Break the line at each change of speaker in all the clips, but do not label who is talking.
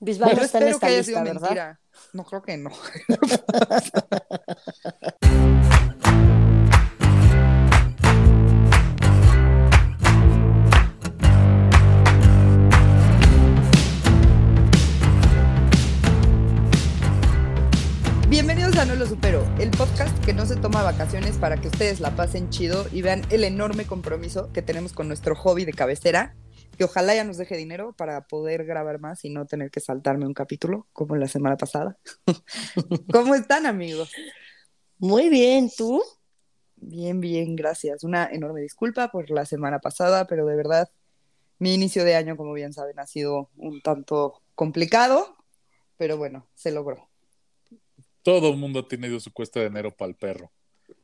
Bisbal no está en
espero que
esta
haya sido
lista, ¿verdad?
mentira. No creo que no. Bienvenidos a No Lo Supero, el podcast que no se toma vacaciones para que ustedes la pasen chido y vean el enorme compromiso que tenemos con nuestro hobby de cabecera, que ojalá ya nos deje dinero para poder grabar más y no tener que saltarme un capítulo como la semana pasada. ¿Cómo están, amigos?
Muy bien, ¿tú?
Bien, bien, gracias. Una enorme disculpa por la semana pasada, pero de verdad, mi inicio de año, como bien saben, ha sido un tanto complicado, pero bueno, se logró.
Todo el mundo ha tenido su cuesta de enero para el perro.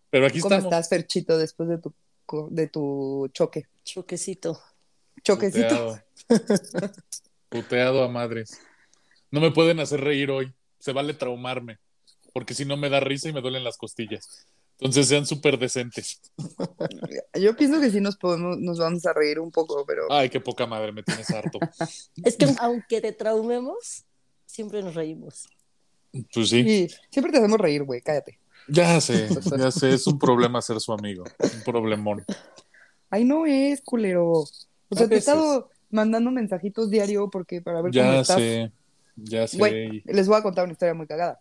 Pero aquí
¿Cómo
estamos.
estás, Ferchito, después de tu, co- de tu choque?
Choquecito.
Choquecito.
Puteado. Puteado a madres. No me pueden hacer reír hoy. Se vale traumarme. Porque si no me da risa y me duelen las costillas. Entonces sean súper decentes.
Yo pienso que sí nos podemos, nos vamos a reír un poco, pero
Ay, qué poca madre, me tienes harto.
Es que aunque te traumemos, siempre nos reímos.
Pues sí.
Sí, siempre te hacemos reír, güey, cállate.
Ya sé, ya sé. Es un problema ser su amigo. Un problemón.
Ay, no es, culero. O sea, te he
veces.
estado mandando mensajitos diario porque para ver cómo
Ya
estás.
sé. Ya sé.
Güey, les voy a contar una historia muy cagada.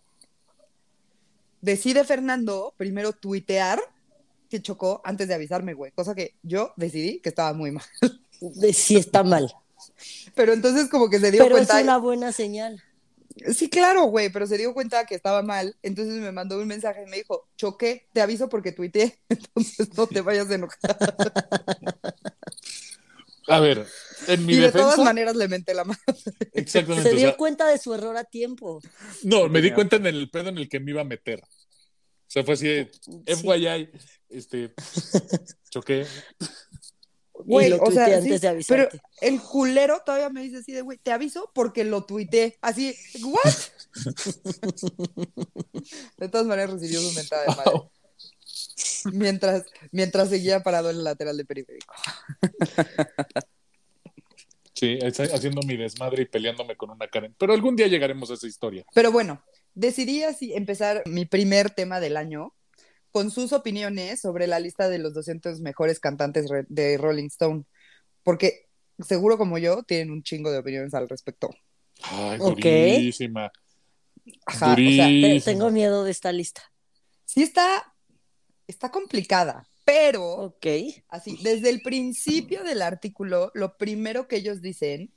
Decide Fernando primero tuitear que chocó antes de avisarme, güey. Cosa que yo decidí que estaba muy mal.
De, sí está mal,
Pero entonces como que se dio
pero es
cuenta.
una buena señal.
Sí, claro, güey, pero se dio cuenta que estaba mal. Entonces me mandó un mensaje y me dijo, choqué, te aviso porque tuiteé. Entonces no te vayas a enojar.
A ver, en mi
y de
defensa.
todas maneras le menté la mano.
Exactamente.
Se
o
dio
sea,
cuenta de su error a tiempo.
No, me di cuenta en el pedo en el que me iba a meter. O sea, fue así de
Sí.
FYI, este, choqué.
y
Güey,
lo
o sea,
tuiteé
sí,
antes de
Pero
avisarte.
el culero todavía me dice así de, güey, te aviso porque lo tuiteé. Así, ¿what? de todas maneras recibió su mentada de madre. Mientras, mientras seguía parado en el lateral de periférico.
Sí, está haciendo mi desmadre y peleándome con una Karen. Pero algún día llegaremos a esa historia.
Pero bueno, decidí así empezar mi primer tema del año con sus opiniones sobre la lista de los 200 mejores cantantes re- de Rolling Stone. Porque seguro como yo tienen un chingo de opiniones al respecto.
Ay,
Ok.
durísima.
Ajá, o sea,
Te-
durísima.
tengo miedo de esta lista.
sí está, está complicada, pero...
Ok.
Así, desde el principio del artículo, lo primero que ellos dicen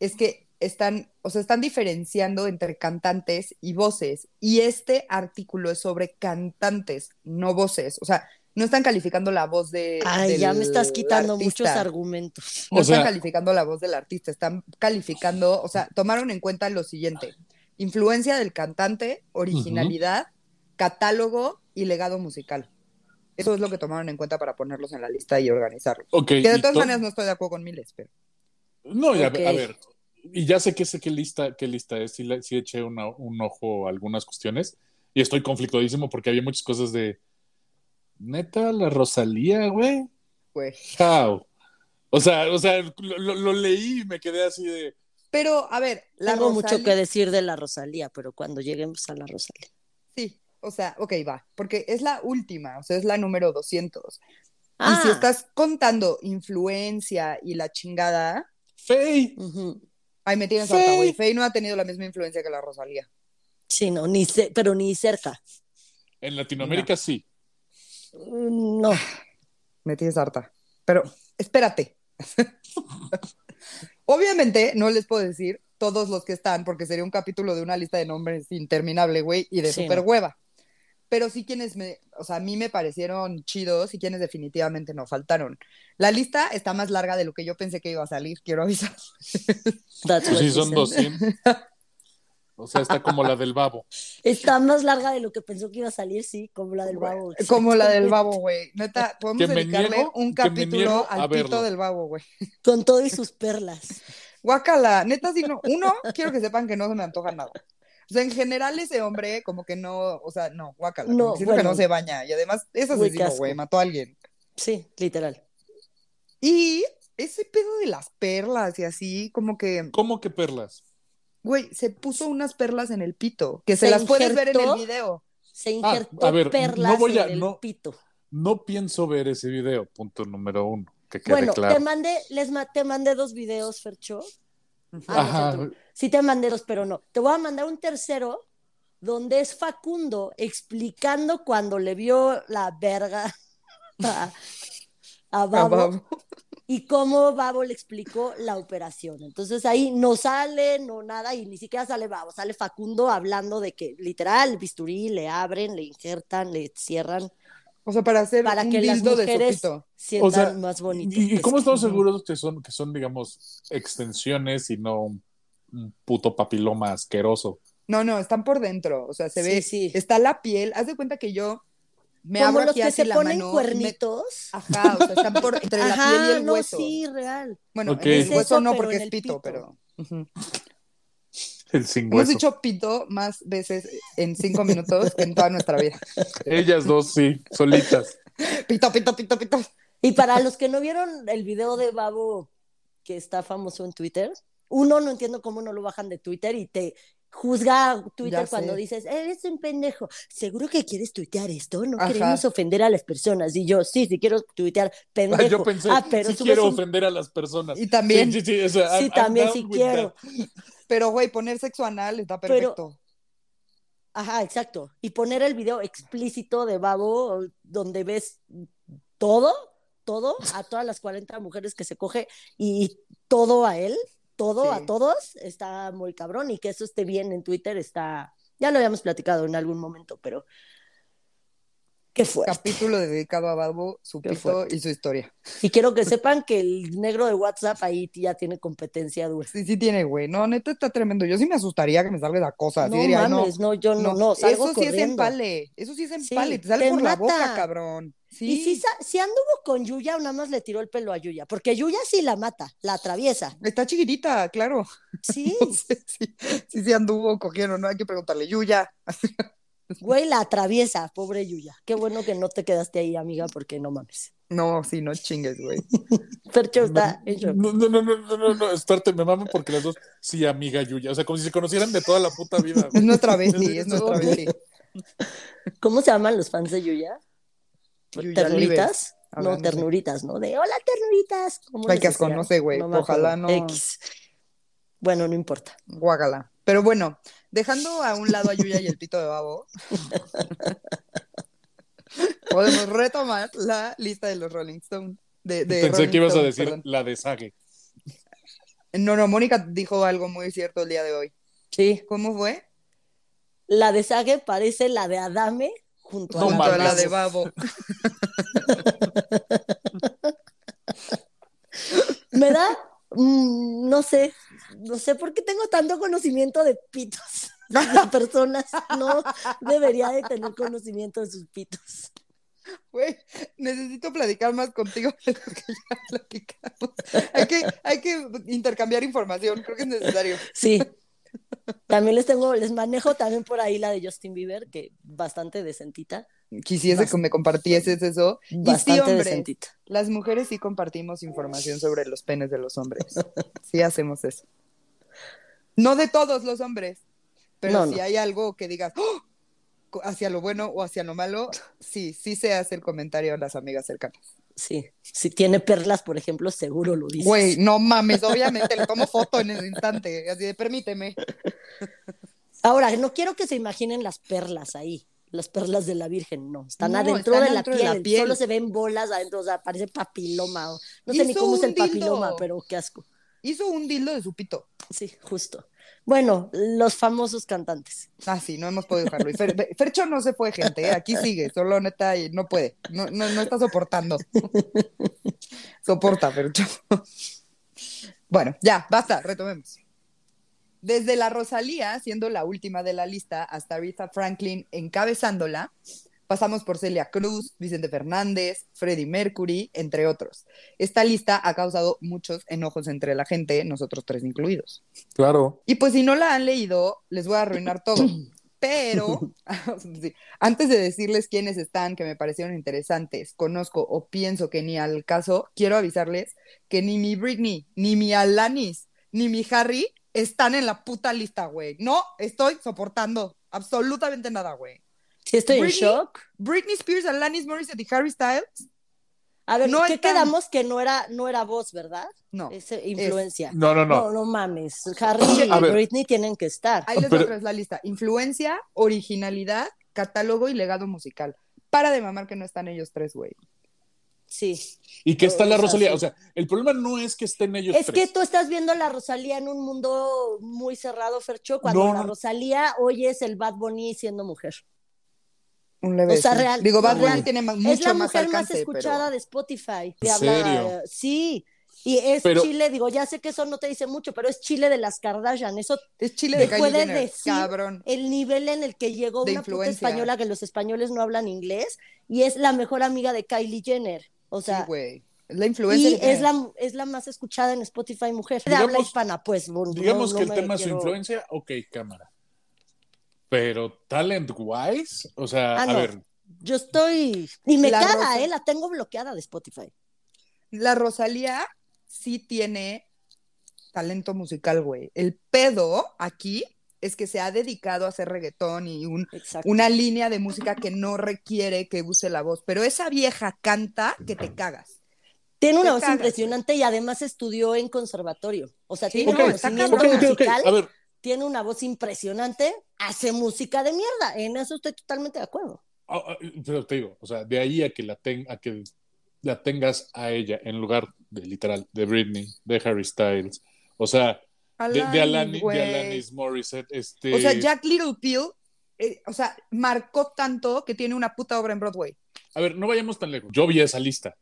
es que están, o sea, están diferenciando entre cantantes y voces. Y este artículo es sobre cantantes, no voces. O sea, no están calificando la voz de.
Ay,
del
ya me estás quitando muchos
artista.
argumentos.
No
O sea-
están calificando la voz del artista, están calificando, o sea, tomaron en cuenta lo siguiente: influencia del cantante, originalidad, catálogo y legado musical. Eso es lo que tomaron en cuenta para ponerlos en la lista y organizarlos.
Ok,
Que de
y
todas
to-
maneras no estoy de acuerdo con miles, pero.
No, ya,
Ok.
a ver. Y ya sé que sé qué lista, qué lista es. Sí, la- sí eché una- un ojo a algunas cuestiones. Y estoy conflictadísimo porque había muchas cosas de. Neta, la Rosalía, güey.
güey.
How? O sea, o sea, lo, lo- lo leí y me quedé así de.
Pero, a ver, la
tengo mucho
Rosalía-
que decir de la Rosalía, pero cuando lleguemos a la Rosalía.
Sí, o sea, ok, va. Porque es la última, o sea, es la número 200.
Ah,
Y si estás contando influencia y la chingada.
¡Fey!
ujú.
Ay, me tienes
Fey.
harta, güey. Faye no ha tenido la misma influencia que la Rosalía.
sí, no, ni ce- pero ni cerca.
En Latinoamérica sí.
Mm, No.
Me tienes harta. Pero espérate. Obviamente no les puedo decir todos los que están, porque sería un capítulo de una lista de nombres interminable, güey, y de
Sí,
super
no.
hueva. Pero sí quienes me, o sea, a mí me parecieron chidos y quienes definitivamente no faltaron. La lista está más larga de lo que yo pensé que iba a salir, quiero avisar.
That's
Pues
what
sí,
she
son
said.
200. O sea, está como la del babo.
Está más larga de lo que pensó que iba a salir, sí, como la del babo.
Como la del babo, güey. Neta, podemos
Pues Que me
dedicarle
niego-
un
que me niego
capítulo
a
al pito
verlo.
del babo, güey.
Con todo y sus perlas.
Guacala, neta, si no, uno, quiero que sepan que no se me antoja nada. O sea, en general ese hombre como que no, o sea, no, guacala,
No,
como que siento que
bueno.
no se baña. Y además es
Güey, qué
asesino,
asco.
güey, mató a alguien.
Sí, literal.
Y ese pedo de las perlas y así, como que,
¿Cómo que perlas?
Güey, se puso unas perlas en el pito, que se,
¿Se
las puedes ver en el
injertó?
video.
Se
Ah,
injertó
a ver,
perlas
no voy a-
en el
no-
pito.
No pienso ver ese video, punto número uno. Que quede
Bueno,
claro.
te mandé, les ma- te mandé dos videos, Fercho. Ah, no
Ajá.
sé tú. Sí te mandé dos, pero no. Te voy a mandar un tercero donde es Facundo explicando cuando le vio la verga a, a Babo
Babo.
y cómo Babo le explicó la operación. Entonces ahí no sale, no nada, y ni siquiera sale Babo, sale Facundo hablando de que literal, el bisturí, le abren, le injertan, le cierran
O sea, para hacer
para
un
que las
dildo de
mujeres
su pito.
sientan
O sea,
más bonito.
¿Y, y cómo estamos
Ujú.
seguros que son, que son, digamos, extensiones y no un, un puto papiloma asqueroso?
No, no, están por dentro. O sea, se
Sí,
ve.
sí.
Está la piel. Haz de cuenta que yo me
Como
abro
los
aquí
que
así
se
la
ponen
mano. y me-
cuernitos.
Ajá, o sea, están por entre la
Ajá,
piel y el
no,
hueso.
sí, real.
Bueno,
Ok.
en
Es
el
eso,
hueso no
pero
porque
en
es
el
pito,
pito.
pero. ujú.
El sin
Hemos
hueso.
dicho pito más veces en cinco minutos que en toda nuestra vida.
Ellas dos, sí, solitas.
Pito, pito, pito, pito.
Y para los que no vieron el video de Babo que está famoso en Twitter, uno no entiendo cómo no lo bajan de Twitter y te juzga a Twitter
Ya sé.
cuando dices, eres un pendejo, seguro que quieres tuitear esto, no
Ajá.
queremos ofender a las personas. Y yo, sí, sí quiero tuitear, pendejo.
Ah, yo pensé,
ah, pero
sí
subes
quiero
un-
ofender a las personas.
Y también,
Sí, sí, sí, o sea,
Sí,
I'm- I'm
también
down
sí
with
quiero.
that.
pero güey, poner sexo anal está
Pero-
perfecto.
Ajá, exacto. Y poner el video explícito de Babo donde ves todo, todo, a todas las 40 mujeres que se coge y todo a él, todo
Sí.
a todos, está muy cabrón. Y que eso esté bien en Twitter está, ya lo habíamos platicado en algún momento, pero qué fuerte.
Capítulo dedicado a Babo, su
Qué
pito
fuerte.
y su historia.
Y quiero que sepan que el negro de WhatsApp ahí ya tiene competencia dura.
Sí, sí tiene, güey. No, neta está tremendo. Yo sí me asustaría que me salga la cosa. Así
no
diría, "Ay,
mames, no, yo
no,
no, no,
no.
salgo
Eso sí
corriendo.
es empale. Eso sí es
Sí,
empale. te sale
te
por la boca,
mata.
cabrón. Sí.
Y si, sa- si anduvo con Yuya o nada más le tiró el pelo a Yuya, porque Yuya sí la mata, la atraviesa.
Está chiquitita, claro.
Sí,
Sí, sí, sí, sí anduvo cogiendo, no hay que preguntarle. Yuya.
güey, la atraviesa, pobre Yuya. Qué bueno que no te quedaste ahí, amiga, porque no mames.
No, sí, no chingues, güey.
Fercho está en shock.
No, no, no, no, no, no, no, espérate, me mamen porque las dos, sí, amiga Yuya. O sea, como si se conocieran de toda la puta vida.
Es
güey.
nuestra bestia, es nuestra
No,
bestia.
¿Cómo se llaman los fans de Yuya?
Yuya
¿Ternuritas?
A ver,
no,
no sé.
ternuritas, ¿no? De hola, ternuritas. ¿Cómo
Ay,
les
qué asco,
decían?
no sé, güey.
me
Ojalá
acuerdo.
no-
X. Bueno, no importa.
Guágala. Pero bueno, dejando a un lado a Yuya y el pito de babo, podemos retomar la lista de los Rolling Stones. De, de
Pensé
Rolling
que ibas a
Stone,
decir
perdón.
la de Sage.
No, no, Mónica dijo algo muy cierto el día de hoy.
Sí.
¿Cómo fue?
La de Sage parece la de Adame junto a
No
Junto
la
a
de
la
mames.
de babo.
Me da, mm, no sé, no sé por qué tengo tanto conocimiento de pitos. Las personas no debería de tener conocimiento de sus pitos.
Güey, necesito platicar más contigo de lo que ya platicamos. Hay que, hay que intercambiar información, creo que es necesario.
Sí. También les tengo, les manejo también por ahí la de Justin Bieber, que bastante decentita.
Quisiese que me compartieses eso. Y sí,
Bastante
hombre,
decentita.
las mujeres sí compartimos información sobre los penes de los hombres. Sí hacemos eso. No de todos los hombres,
No,
pero si
no.
hay algo que digas ¡Oh! co- hacia lo bueno o hacia lo malo, sí, sí se hace el comentario a las amigas cercanas.
Sí. Si tiene perlas, por ejemplo, seguro lo dice.
Güey, no mames, obviamente le tomo foto en el instante, así de permíteme.
Ahora, no quiero que se imaginen las perlas ahí, las perlas de la Virgen, no. Están
No,
adentro
están
de, la
adentro
piel,
de la piel.
solo se ven bolas adentro, o sea, parece papiloma. o- No sé ni
Hizo
cómo es
un
el papiloma,
dildo.
pero qué asco.
Hizo un dildo de su pito.
Sí, justo. Bueno, los famosos cantantes.
Ah, sí, no hemos podido dejarlo. Y Fer- Fer- Fercho no se fue, gente. ¿eh? Aquí sigue, solo neta, y no puede. No, no, no está soportando. Soporta, Fercho. Bueno, ya, basta, retomemos. Desde la Rosalía, siendo la última de la lista, hasta Aretha Franklin encabezándola, pasamos por Celia Cruz, Vicente Fernández, Freddie Mercury, entre otros. Esta lista ha causado muchos enojos entre la gente, nosotros tres incluidos.
Claro.
Y pues si no la han leído, les voy a arruinar todo. Pero sí, antes de decirles quiénes están, que me parecieron interesantes, conozco o pienso que ni al caso, quiero avisarles que ni mi Britney, ni mi Alanis, ni mi Harry están en la puta lista, güey. No estoy soportando absolutamente nada, güey.
Sí, estoy en
Britney-
shock.
Britney Spears, Alanis Morissette y Harry Styles,
A ver,
no
¿qué
están-
quedamos que no era, no era vos, verdad?
no.
Ese- influencia.
No, no,
No.
no.
no, mames. Harry
A
y
ver.
Britney tienen que estar.
Ahí les
Pero-
otra la lista. Influencia, originalidad, catálogo y legado musical. Para de mamar que no están ellos tres, güey.
Sí.
Y que está
O
la
sea,
Rosalía.
sí.
O sea, el problema no es que estén ellos
Es que
tres.
tú estás viendo a la Rosalía en un mundo muy cerrado, Fercho, cuando
No,
la
no.
Rosalía hoy es el Bad Bunny siendo mujer.
Un leve
O sea,
sí.
real,
Digo, Bad Bunny
real.
tiene ma-
es
mucho
la
más
mujer
alcance.
más
pero-
escuchada de Spotify. de
¿En
habla-
serio?
Sí. Y es
Pero-
Chile, digo, ya sé que eso no te dice mucho, pero es Chile de las Kardashian. Eso,
Es Chile
¿Me
de Kylie
puedes
Jenner,
decir?
cabrón.
el nivel en el que llegó
De
una puta
influencia.
española que los españoles no hablan inglés y es la mejor amiga de Kylie Jenner. O
Sí,
sea,
güey. Es la influencia.
y
que
es
tiene.
la, es la más escuchada en Spotify mujer. De habla
Digamos-
hispana, pues. no-
Digamos
no
que el
me
tema es su
quiero-
influencia, ok, cámara. Pero talent wise, o sea,
Ah,
a
no.
ver,
Yo estoy. Y me
La
caga,
Rosa.
¿eh? La tengo bloqueada de Spotify.
La Rosalía sí tiene talento musical, güey. El pedo aquí es que se ha dedicado a hacer reggaetón y un-
Exacto.
una línea de música que no requiere que use la voz. Pero esa vieja canta que te cagas.
Tiene una
Te
voz
cagas,
impresionante y además estudió en conservatorio. O sea,
Sí,
tiene
no,
un
está
conocimiento
ok,
cabrón.
ok, ok.
musical,
A ver,
tiene una voz impresionante, hace música de mierda. En eso estoy totalmente de acuerdo.
ah, ah, pero te digo, o sea, de ahí a que la ten- a que la tengas a ella en lugar de literal, de Britney, de Harry Styles, o sea, de, de, Alanis, de
güey.
Alanis Morissette, este.
O sea, Jack Little Pill, eh, o sea, marcó tanto que tiene una puta obra en Broadway.
A ver, no vayamos tan lejos. Yo vi esa lista.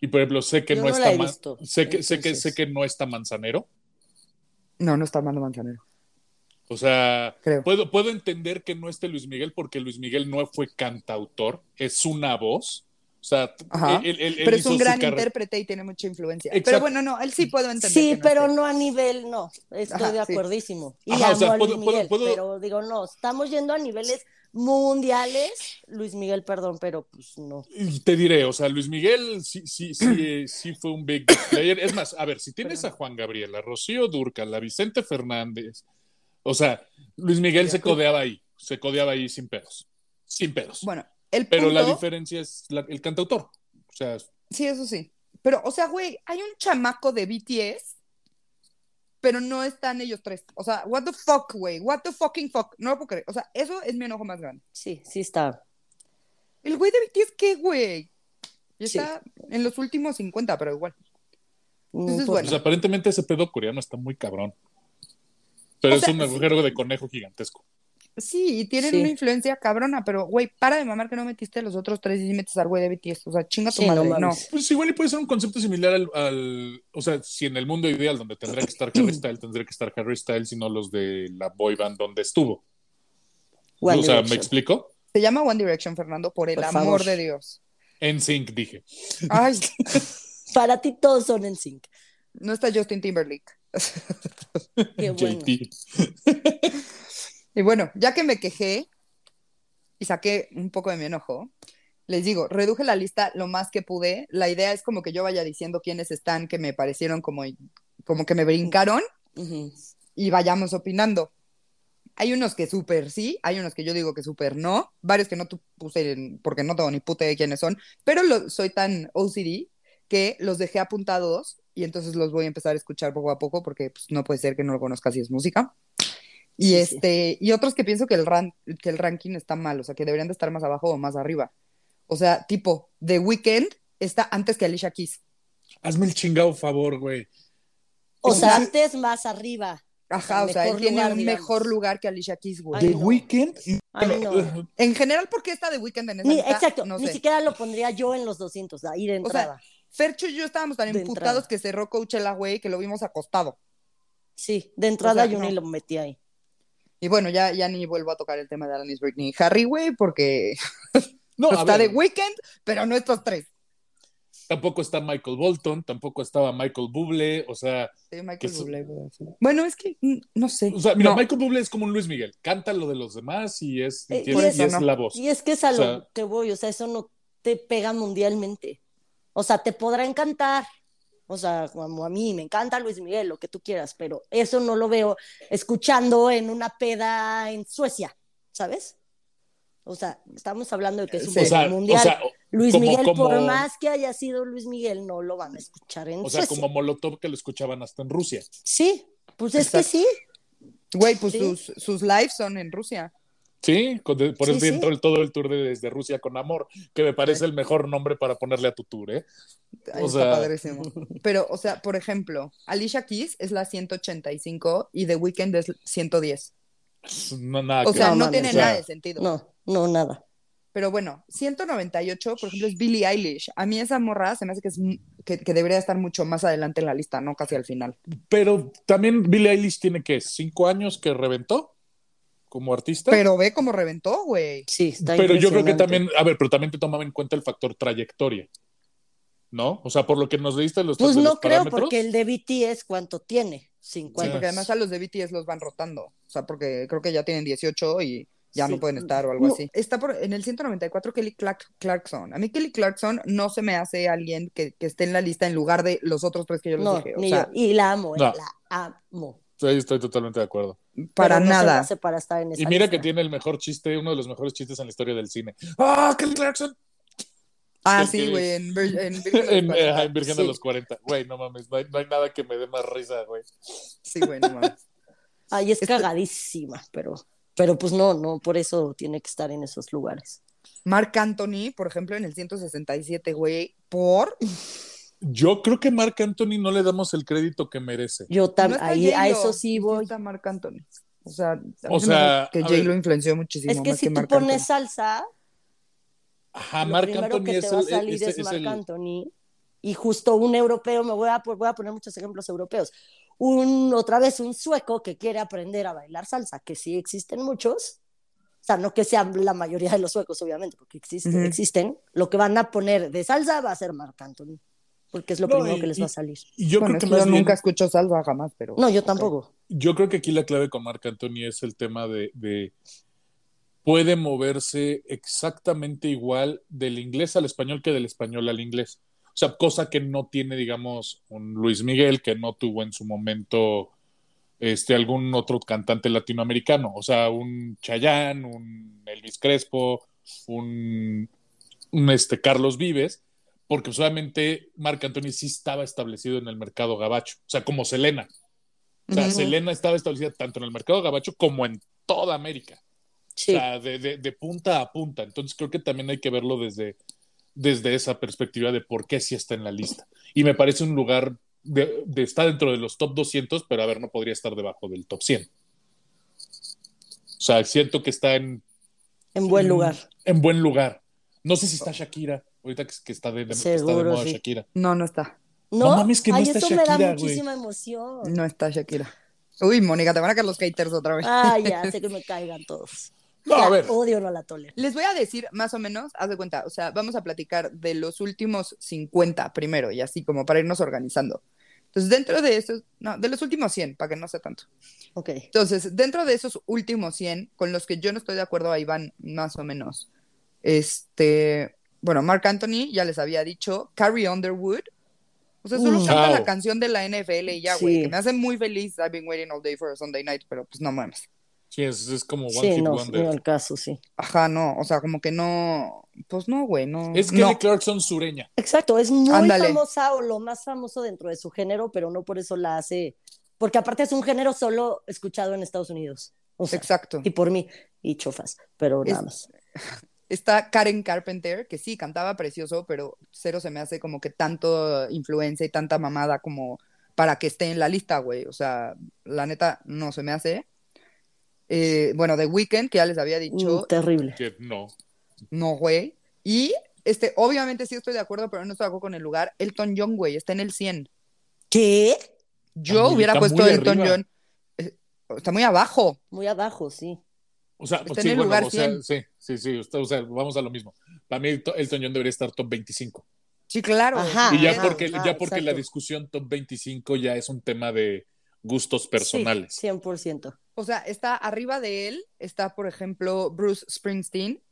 Y por ejemplo, sé que
Yo
no,
no la
está
he
Ma-
visto,
sé que, sé que
entonces.
sé que no está Manzanero.
No, no está Armando Manzanero,
O sea,
creo.
puedo, puedo entender que no esté Luis Miguel porque Luis Miguel no fue cantautor, es una voz. O sea,
Ajá.
él- él- él
pero es
hizo
un
su
gran
carrera.
intérprete y tiene mucha influencia.
Exacto.
Pero bueno, no, él sí puedo entender. que
Sí,
no
pero
esté.
no a nivel, no, estoy
Ajá,
de
sí.
acuerdísimo. Y
Ajá, o
amo
sea,
a Luis
puedo- puedo-
Miguel,
puedo-
pero digo, no, estamos yendo a niveles mundiales, Luis Miguel, perdón, pero pues no.
Y te diré, o sea, Luis Miguel sí, sí, sí, eh, sí fue un big player. Es más, a ver, si tienes a Juan Gabriel, a Rocío Durcal, a Vicente Fernández, o sea, Luis Miguel se codeaba ahí, se codeaba ahí sin pedos, sin pedos.
Bueno, el
Pero la
punto-
diferencia es la- el cantautor. O sea,
Sí, eso sí. Pero, o sea, güey, hay un chamaco de BTS, pero no están ellos tres. O sea, what the fuck, güey. What the fucking fuck. No lo puedo creer. O sea, eso es mi enojo más grande.
Sí, sí está.
El güey de BTS, ¿qué, güey? Ya
Sí.
está en los últimos 50, pero igual.
Mm, pues,
Entonces, bueno.
pues, aparentemente ese pedo coreano está muy cabrón. Pero
O
es
sea,
un
sí.
agujero de conejo gigantesco.
Sí, y tienen
Sí.
una influencia cabrona, pero, güey, para de mamar que no metiste a los otros tres y sí metes al güey de BTS. O sea, chinga tu
sí, no
madre. No,
mames.
Pues igual y puede ser un concepto similar al, al- O sea, si en el mundo ideal donde tendría que estar Harry Styles, tendría que estar Harry Styles y no los de la boy band donde estuvo.
One
o sea, ¿me
Direction.
explico?
Se llama One Direction, Fernando, por el
Por
amor
favor.
de Dios.
En sync, dije.
Ay,
Para ti todos son en sync.
no está Justin Timberlake.
Qué bueno.
JT.
Y bueno, ya que me quejé y saqué un poco de mi enojo, les digo, reduje la lista lo más que pude. La idea es como que yo vaya diciendo quiénes están que me parecieron como, como que me brincaron
Ujú.
y vayamos opinando. Hay unos que súper sí, hay unos que yo digo que súper no, varios que no tu- puse en- porque no tengo ni puta de quiénes son, pero lo- soy tan OCD que los dejé apuntados y entonces los voy a empezar a escuchar poco a poco porque pues, no puede ser que no lo conozca si es música. Y
Sí, sí.
este y otros que pienso que el, ran- que el ranking está mal, o sea, que deberían de estar más abajo o más arriba. O sea, tipo, The Weeknd está antes que Alicia Keys.
Hazme el chingado favor, güey.
O
Es
sea,
una-
antes más arriba.
Ajá,
Al
o sea, él
mejor
tiene
lugar,
un
digamos.
mejor lugar que Alicia Keys, güey.
Ay,
The
no.
Weeknd.
Ay, no.
En general, ¿por qué está de Weekend en esa
Ni-
lista?
exacto,
No
ni
sé.
siquiera lo pondría yo en los 200, ahí de
O sea,
entrada.
Fercho y yo estábamos tan
De
emputados
entrada.
que cerró Coachella, güey, que lo vimos acostado.
sí, de entrada
o sea,
yo ni lo
no.
metí ahí.
Y bueno, ya, ya ni vuelvo a tocar el tema de Alanis Britney y Harry, güey, porque
No, a
está
ver,
de Weekend, pero no estos tres.
tampoco está Michael Bolton, tampoco estaba Michael Bublé, o sea,
Sí, eh, Michael
Que su-
Bublé, güey, sí. Bueno, es que mm, no sé.
O sea, mira,
No,
Michael Bublé es como un Luis Miguel, canta lo de los demás y es, y
Eh,
tiene-
y eso,
y es
¿no?
la voz.
Y es que es a
O
lo
sea-
que voy, o sea, eso no te pega mundialmente. O sea, te podrá encantar, O sea, como a mí me encanta Luis Miguel, lo que tú quieras, pero eso no lo veo escuchando en una peda en Suecia, ¿sabes? O sea, estamos hablando de que es un
Sí.
músico
O sea,
mundial.
o sea,
Luis
como-
Miguel, por
como-
más que haya sido Luis Miguel, no lo van a escuchar en
O sea,
Suecia.
como Molotov que lo escuchaban hasta en Rusia.
Sí, pues es que
Exacto.
sí.
Güey, pues
Sí.
sus, sus lives son en Rusia.
Sí, con- de- por
Sí,
eso tienen
sí.
todo, el- todo el tour de desde Rusia con amor, que me parece el mejor nombre para ponerle a tu tour, ¿eh?
Ahí
O
está
sea-
padrísimo. Pero, o sea, por ejemplo, Alicia Keys es la 185 y The Weeknd es 110.
No, nada
O
que
sea,
No,
no,
mames,
tiene
o sea,
nada de sentido.
No, no, nada.
Pero bueno, 198, por ejemplo, es Billie Eilish. A mí esa morra se me hace que, es, m- que, que debería estar mucho más adelante en la lista, no casi al final.
Pero también Billie Eilish tiene que cinco años que reventó como artista. Pero,
Pero ve cómo reventó, güey.
Sí, está
yo creo que
impresionante.
también, a ver, pero también te tomaba en cuenta el factor trayectoria, ¿no? O sea, por lo que nos leíste los,
Pues
de los
no creo,
parámetros,
porque el de BTS, ¿cuánto tiene?
Sí,
50.
porque además a los de BTS los van rotando. O sea, porque creo que ya tienen 18 y ya
Sí.
no pueden estar o algo
No.
así. Está por, en el 194 Kelly Clark- Clarkson. A mí Kelly Clarkson no se me hace alguien que, que esté en la lista en lugar de los otros tres que yo les
No,
dije. O
ni
sea,
yo. Y la amo, eh,
No.
la amo.
ahí estoy totalmente de acuerdo.
para
Pero no se me
nada.
hace para estar en esa
Y mira
lista.
que tiene el mejor chiste, uno de los mejores chistes en la historia del cine. ¡Ah, Kelly Clarkson!
Ah,
El que-
sí, güey, en, Vir- en Virgen de los
En, eh,
Cuarenta.
en Virgen
Sí.
de los 40. Güey, no mames, no hay, no hay nada que me dé más risa, güey.
Sí, güey, no mames.
Ay, es
Este-
cagadísima, pero, pero pues no, no, por eso tiene que estar en esos lugares.
Mark Anthony, por ejemplo, en el 167, güey, por...
Yo creo que Marc Anthony no le damos el crédito que merece.
Yo
No
también,
está
ahí a
J-Lo,
eso sí
y
voy.
está Marc Anthony. O sea, a mí
O
se me hace
sea,
que
a
Jay
ver.
lo influenció muchísimo
Es que
más
si tú
Marc
pones
Anthony.
salsa,
Ajá,
lo
Marc
primero
Anthony
que te
es
va a
el, e,
salir
es-
es,
es
Marc
el-
Anthony y justo un europeo, me voy a, po- voy a poner muchos ejemplos europeos, un, otra vez un sueco que quiere aprender a bailar salsa, que sí existen muchos, o sea, no que sean la mayoría de los suecos, obviamente, porque existen,
Ujú.
existen, lo que van a poner de salsa va a ser Marc Anthony, porque es lo
No,
primero
y-
que les va a
y-
salir.
Y yo
Bueno,
creo que
es que yo
más bien-
nunca escucho salsa jamás, pero...
No, yo
ok.
tampoco.
yo creo que aquí la clave con Marc Anthony es el tema de, de- puede moverse exactamente igual del inglés al español que del español al inglés. O sea, cosa que no tiene, digamos, un Luis Miguel, que no tuvo en su momento este, algún otro cantante latinoamericano. O sea, un Chayanne, un Elvis Crespo, un, un, este, Carlos Vives, porque solamente Marc Anthony sí estaba establecido en el mercado gabacho. O sea, como Selena. O sea,
Ujú.
Selena estaba establecida tanto en el mercado gabacho como en toda América.
Sí.
O sea, de, de- de punta a punta. Entonces creo que también hay que verlo desde, desde esa perspectiva de por qué sí está en la lista. Y me parece un lugar de, de- está dentro de los top 200, pero a ver, no podría estar debajo del top 100. O sea, siento que está en,
En
mm,
buen lugar.
en buen lugar. No sé si está Shakira, ahorita que, que está de, que está de
Seguro,
moda
sí.
Shakira.
No, no está.
No,
No mames, que no
Ay,
está
eso me da
Shakira, güey.
muchísima emoción.
No está Shakira. Uy, Mónica, te van a caer los haters otra vez.
Ay, ya sé que me caigan todos.
No,
La
a ver.
Odio, no la tolero.
Les voy a decir más o menos, haz de cuenta, o sea, vamos a platicar de los últimos 50 primero y así como para irnos organizando. Entonces, dentro de esos, no, de los últimos 100, para que no sea tanto.
Ok.
Entonces, dentro de esos últimos 100, con los que yo no estoy de acuerdo, ahí van más o menos. Este, bueno, Mark Anthony, ya les había dicho, Carrie Underwood. O sea, solo
Mm.
canta la
Wow.
canción de la NFL y ya, güey,
Sí.
que me hace muy feliz. I've been waiting all day for a Sunday night, pero pues no mames.
Sí, es, es como One
Sí,
Hit
no,
Wonder.
no el caso, sí.
Ajá, no, o sea, como que no, pues no, güey, no.
Es Kelly
no.
Clarkson sureña.
Exacto, es muy
Ándale.
famosa o lo más famoso dentro de su género, pero no por eso la hace. Porque aparte es un género solo escuchado en Estados Unidos. O sea,
Exacto.
y por mí, y chofas, pero nada
Es-
más.
Está Karen Carpenter, que sí, cantaba precioso, pero cero se me hace como que tanto influencia y tanta mamada como para que esté en la lista, güey. O sea, la neta, no se me hace. Eh, bueno, The Weeknd, que ya les había dicho,
Mm, terrible.
Que no.
no, güey. Y, este, obviamente sí estoy de acuerdo, pero no estoy de acuerdo con el lugar. Elton John, güey, está en el 100.
¿Qué?
Yo
muy-
hubiera
está
puesto
muy
Elton
arriba.
John. eh, Está muy abajo.
Muy abajo, sí.
O sea,
Está
pues
en
sí,
el
bueno,
lugar
o sea,
100.
sí, sí, sí, usted- o sea, vamos a lo mismo. Para mí Elton Elton John debería estar top 25.
Sí, claro.
Ajá, Ah,
y ya
ajá,
porque,
ajá,
ya porque la
exacto.
discusión top 25 ya es un tema de gustos personales.
Sí, 100%.
O sea, está arriba de él, está, por ejemplo, Bruce Springsteen.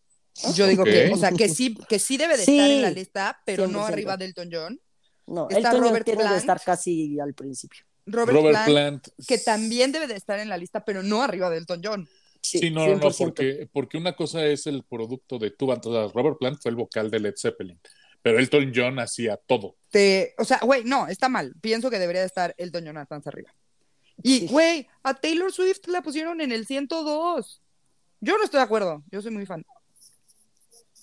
Yo digo
Ok.
que, o sea, que sí, que sí debe de
Sí.
estar en la lista, pero no
100%.
arriba de Elton John.
No,
Está
Elton John
Robert
tiene
Plant.
de estar casi al principio.
Robert,
Robert
Plant,
Plant.
que también debe de estar en la lista, pero no arriba de Elton John.
Sí,
Sí, no, no, no,
100%.
porque, porque una cosa es el producto de tuba. Entonces, Robert Plant fue el vocal de Led Zeppelin, pero Elton John hacía todo.
Te- o sea, güey, no, está mal. Pienso que debería de estar Elton John hasta arriba. Y,
Sí.
güey, a Taylor Swift la pusieron en el 102. Yo no estoy de acuerdo, yo soy muy fan.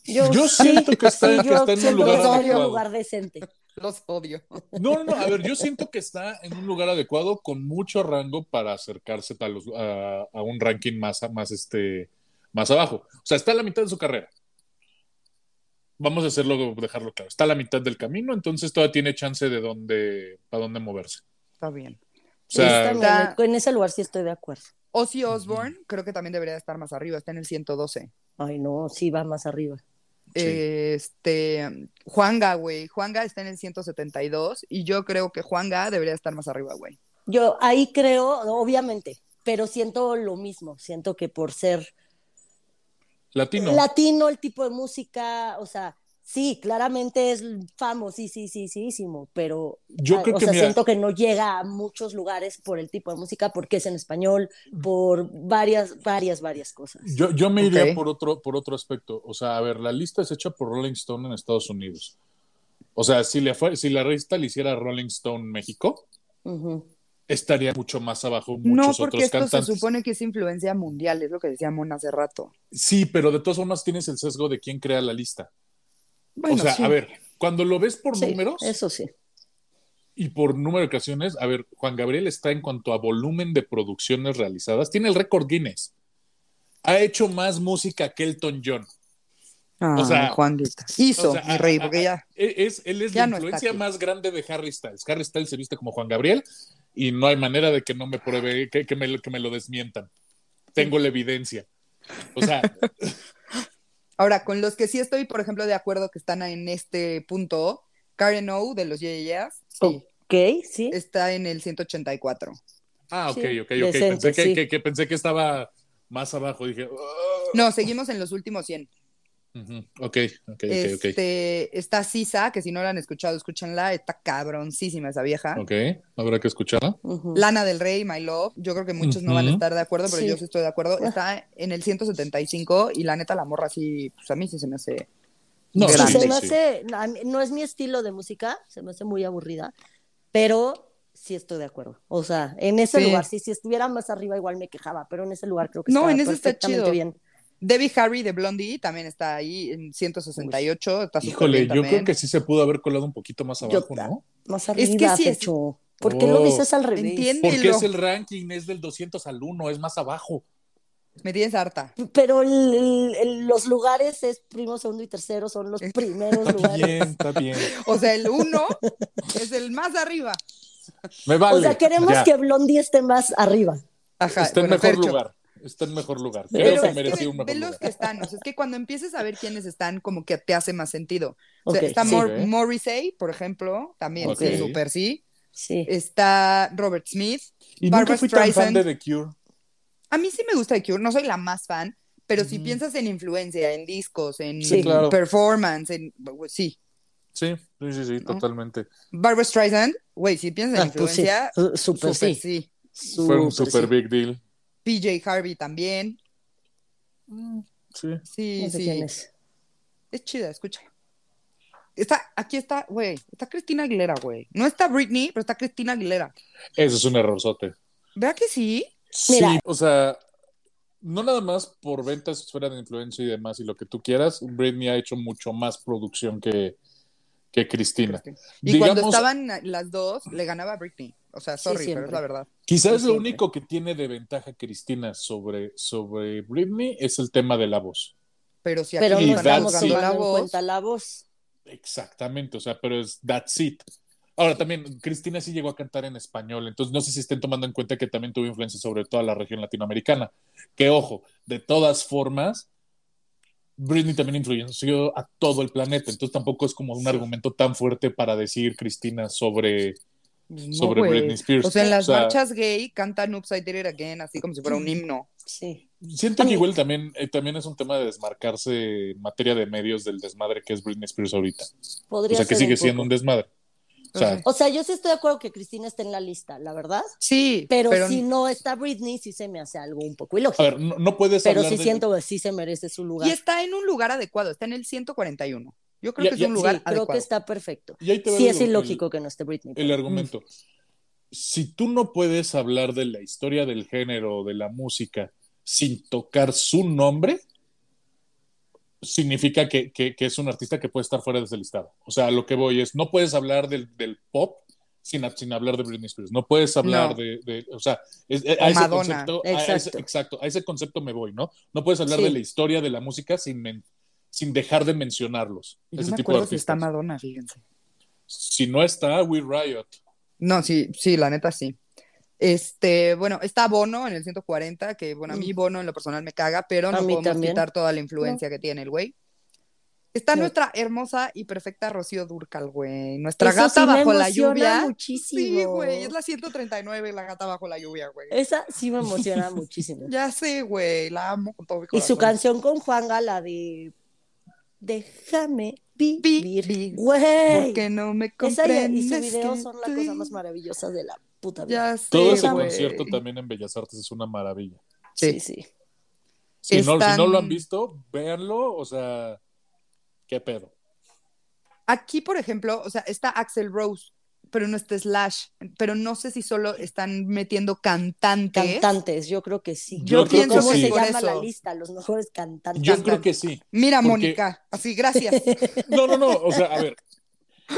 Yo,
Yo
sí,
siento que está-
sí,
que
yo
está en un
siento que
lugar
está en un
adecuado.
lugar decente.
Los odio.
No, no, no, a ver, yo siento que está en un lugar adecuado con mucho rango para acercarse a, los- a- a un ranking más, más, este, más abajo. O sea, está a la mitad de su carrera. Vamos a hacerlo, dejarlo claro. Está a la mitad del camino, entonces todavía tiene chance de dónde, para dónde moverse.
Está bien.
O sea,
Está bien, en ese lugar sí estoy de acuerdo.
Ozzy Osbourne, creo que también debería de estar más arriba, está en el 112.
Ay, no, sí va más arriba.
Este, Juanga, güey. Juanga está en el 172 y yo creo que Juanga debería estar más arriba, güey.
Yo ahí creo, obviamente, pero siento lo mismo. Siento que por ser
latino.
latino, el tipo de música, o sea, sí, claramente es famoso, sí, sí, sí, sí, pero
Yo
ah,
creo
o
que,
sea,
mira,
siento que no llega a muchos lugares por el tipo de música, porque es en español, por varias, varias, varias cosas.
Yo, yo me iría
Ok.
por otro, por otro aspecto. O sea, a ver, la lista es hecha por Rolling Stone en Estados Unidos. O sea, si, le fue- si la lista le hiciera Rolling Stone México,
Ujú.
estaría mucho más abajo
No,
muchos
porque
otros
esto
cantantes.
se supone que es influencia mundial, es lo que decía Mon hace rato.
Sí, pero de todas formas tienes el sesgo de quién crea la lista.
Bueno,
o sea,
sí.
a ver, cuando lo ves por
Sí,
números
Eso sí.
y por número de ocasiones, a ver, Juan Gabriel está en cuanto a volumen de producciones realizadas, tiene el récord Guinness. Ha hecho más música que Elton John.
Ah,
o sea,
Juanguita. Hizo,
o sea,
mi rey,
a- a-
porque ya.
E- Es, él es
Ya
la
no está
influencia
aquí.
más grande de Harry Styles. Harry Styles se viste como Juan Gabriel y no hay manera de que no me pruebe, que, que me, lo- que me lo desmientan. Tengo la evidencia. O sea,
Ahora, con los que sí estoy, por ejemplo, de acuerdo que están en este punto, Karen O de los Yeah Yeah Yeahs, sí,
Ok, sí.
está en el 184.
ah, ok, ok,
Sí,
ok.
decente,
pensé, que,
sí.
que- que pensé que estaba más abajo. Dije, "Oh".
No, seguimos en los últimos 100.
Ujú, ok, ok, ok, ok.
Este, Está Sisa, que si no la han escuchado, escúchenla, está cabroncísima esa vieja.
Ok, habrá que escucharla.
Ujú.
Lana del Rey, My Love, yo creo que muchos no van a
Ujú.
estar de acuerdo, pero
Sí. Ah.
yo sí estoy de acuerdo. Está en el 175 y la neta la morra sí, pues a mí sí se me hace...
No,
Sí,
grande.
se me hace, a mí- no es mi estilo de música, se me hace muy aburrida, pero sí estoy de acuerdo. O sea, en ese
Sí.
lugar, sí, si estuviera más arriba igual me quejaba, pero en ese lugar creo que
No,
estaba
en ese está
perfectamente
chido.
bien.
Debbie Harry de Blondie también está ahí en 168, está súper
Híjole,
bien
yo
también.
creo que sí se pudo haber colado un poquito más
Yo
abajo,
ta-
¿no?
Más
que
arriba,
sí es-
Fecho. ¿Por qué lo
Oh.
dices al revés?
Entiende.
Porque
Dilo.
es el ranking, es del 200 al 1, es más abajo.
Me tienes harta.
Pero el- el- el- los lugares es primo, segundo y tercero, son
Eh.
los primeros
Está
lugares.
bien, está bien.
O sea, el uno es el más arriba.
Me vale.
o sea, queremos
ya.
que Blondie esté más arriba.
Ajá,
está en
bueno,
mejor
Fercho.
lugar. Está en mejor lugar.
Pero
Creo que
es que
Ve-
merecía un mejor
ve los
lugar.
que están, o sea, es que cuando empieces a ver quiénes están, como que te hace más sentido. O sea,
Ok,
está
sí,
Mor-
Ok.
Morrissey, por ejemplo, también,
Ok.
sí, súper sí.
sí.
Está Robert Smith.
Y
Barbra
nunca fui tan fan
Streisand.
de The Cure.
A mí sí me gusta The Cure, no soy la más fan, pero si
Ujú.
piensas en influencia, en discos, en
Sí,
claro.
performance, en... pues, sí.
Sí, sí, sí, sí, totalmente.
Barbara Streisand, güey, si piensas en
Ah, pues sí,
influencia,
su- súper
súper
sí.
sí.
Fue un
Súper
super
sí.
big deal.
PJ Harvey también.
Sí.
Sí,
No sé
sí.
quién es.
Es chida, escucha. Está, aquí está, güey. Está Cristina Aguilera, güey. No está Britney, pero está Cristina Aguilera.
Eso es un errorzote.
¿Vea que sí?
Mira.
Sí, o sea, no nada más por ventas, esfera de influencia y demás y lo que tú quieras. Britney ha hecho mucho más producción que, que Cristina.
Y cuando
Digamos-
estaban las dos, le ganaba a Britney. O sea,
Sí,
sorry, pero es
siempre.
la verdad.
Quizás
Sí,
lo
siempre.
único que tiene de ventaja Cristina sobre, sobre Britney es el tema de la voz.
Pero si aquí
Pero
Y
no
no están
estamos
that's
buscando
it.
la
tomando en
voz.
cuenta la voz.
Exactamente, o sea, pero es that's it. Ahora también, Cristina sí llegó a cantar en español, entonces no sé si estén tomando en cuenta que también tuvo influencia sobre toda la región latinoamericana. Que ojo, de todas formas, Britney también influenció a todo el planeta, entonces tampoco es como un argumento tan fuerte para decir Cristina sobre,
pues, No,
sobre
güey.
Britney Spears.
O sea, en las marchas gay cantan Upside Did It Again, así como si fuera un himno.
Sí.
Siento que igual también, eh, también es un tema de desmarcarse en materia de medios del desmadre que es Britney Spears ahorita. O
Podría
sea, que
ser
sigue
un
siendo
poco.
un desmadre. O sea,
O sea, yo sí estoy de acuerdo que Cristina esté en la lista, la verdad.
Sí,
Pero, si no está Britney, sí se me hace algo un poco
a
ilógico.
ver, no, no puedes
pero
hablar
sí
de-
siento que sí se merece su lugar.
Y está en un lugar adecuado, está en el 141. Yo creo
Ya-
que es
ya-
un
Sí,
lugar
creo
adecuado.
que está perfecto.
Y ahí te va
Sí
el-
es
el-
ilógico que no esté Britney.
el argumento. Si tú no puedes hablar de la historia del género o de la música sin tocar su nombre, significa que, que- que es un artista que puede estar fuera de ese listado. O sea, a lo que voy es, no puedes hablar del, del pop sin, sin hablar de Britney Spears. No puedes hablar
No.
de, de- O sea, es-
O
a, ese
Madonna.
concepto, a ese-
Exacto.
exacto, a ese concepto me voy, ¿no? No puedes hablar
Sí.
de la historia de la música sin, men- sin dejar de mencionarlos.
Y
ese
no me
tipo de
acuerdo si está
artistas.
Madonna, fíjense.
Si no está, We Riot.
No, sí, sí, la neta sí. Este, bueno, está Bono en el 140, que bueno, a mí
Mm.
Bono en lo personal me caga, pero
A
no
mí
podemos
también.
quitar toda la influencia que tiene el güey. Está
No.
nuestra hermosa y perfecta Rocío Durcal, güey. Nuestra
Eso
gata
sí me
bajo la
emociona
lluvia.
Muchísimo.
Sí, güey, es la 139, la gata bajo la lluvia, güey.
Esa sí me emociona muchísimo.
Ya sé, güey, la amo con todo mi
Y
corazón.
su canción con Juanga, la de Déjame
vi-
vivir. Güey.
Porque no me
Esa y-
comprendes.
y su video
que
son la
estoy-
cosa más maravillosa de la puta vida.
Ya sé,
Todo ese
güey.
concierto también en Bellas Artes es una maravilla.
Sí,
Sí.
sí.
Si, no, si
Están-
no lo han visto, véanlo, o sea, qué pedo.
Aquí, por ejemplo, o sea, está Axel Rose, pero no está Slash. Pero no sé si solo están metiendo cantantes.
Cantantes, yo creo que sí.
Yo
creo
pienso
¿Cómo
que
se
sí.
llama
Por
la
eso.
lista? Los mejores cantantes.
Yo
Cantan.
creo que sí.
Mira,
Porque-
Mónica, así, gracias.
No, no, no, o sea, a ver.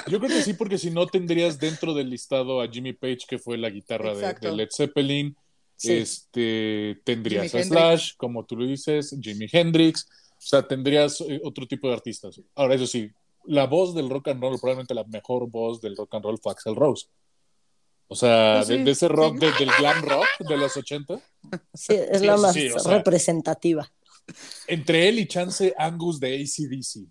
Yo creo que sí, porque si no tendrías dentro del listado a Jimmy Page, que fue la guitarra de,
Exacto.
de Led Zeppelin.
Sí.
Este, tendrías
Jimi
a Slash, como tú lo dices, Jimi Hendrix. O sea, tendrías eh, otro tipo de artistas. Ahora, eso sí, la voz del rock and roll, probablemente la mejor voz del rock and roll fue Axel Rose. O sea,
Pues sí,
de, de ese rock,
sí.
de- del glam rock de los 80.
Sí, es
Sí,
la
sí,
más
sí, o sea.
representativa.
Entre él y Chance Angus de ACDC.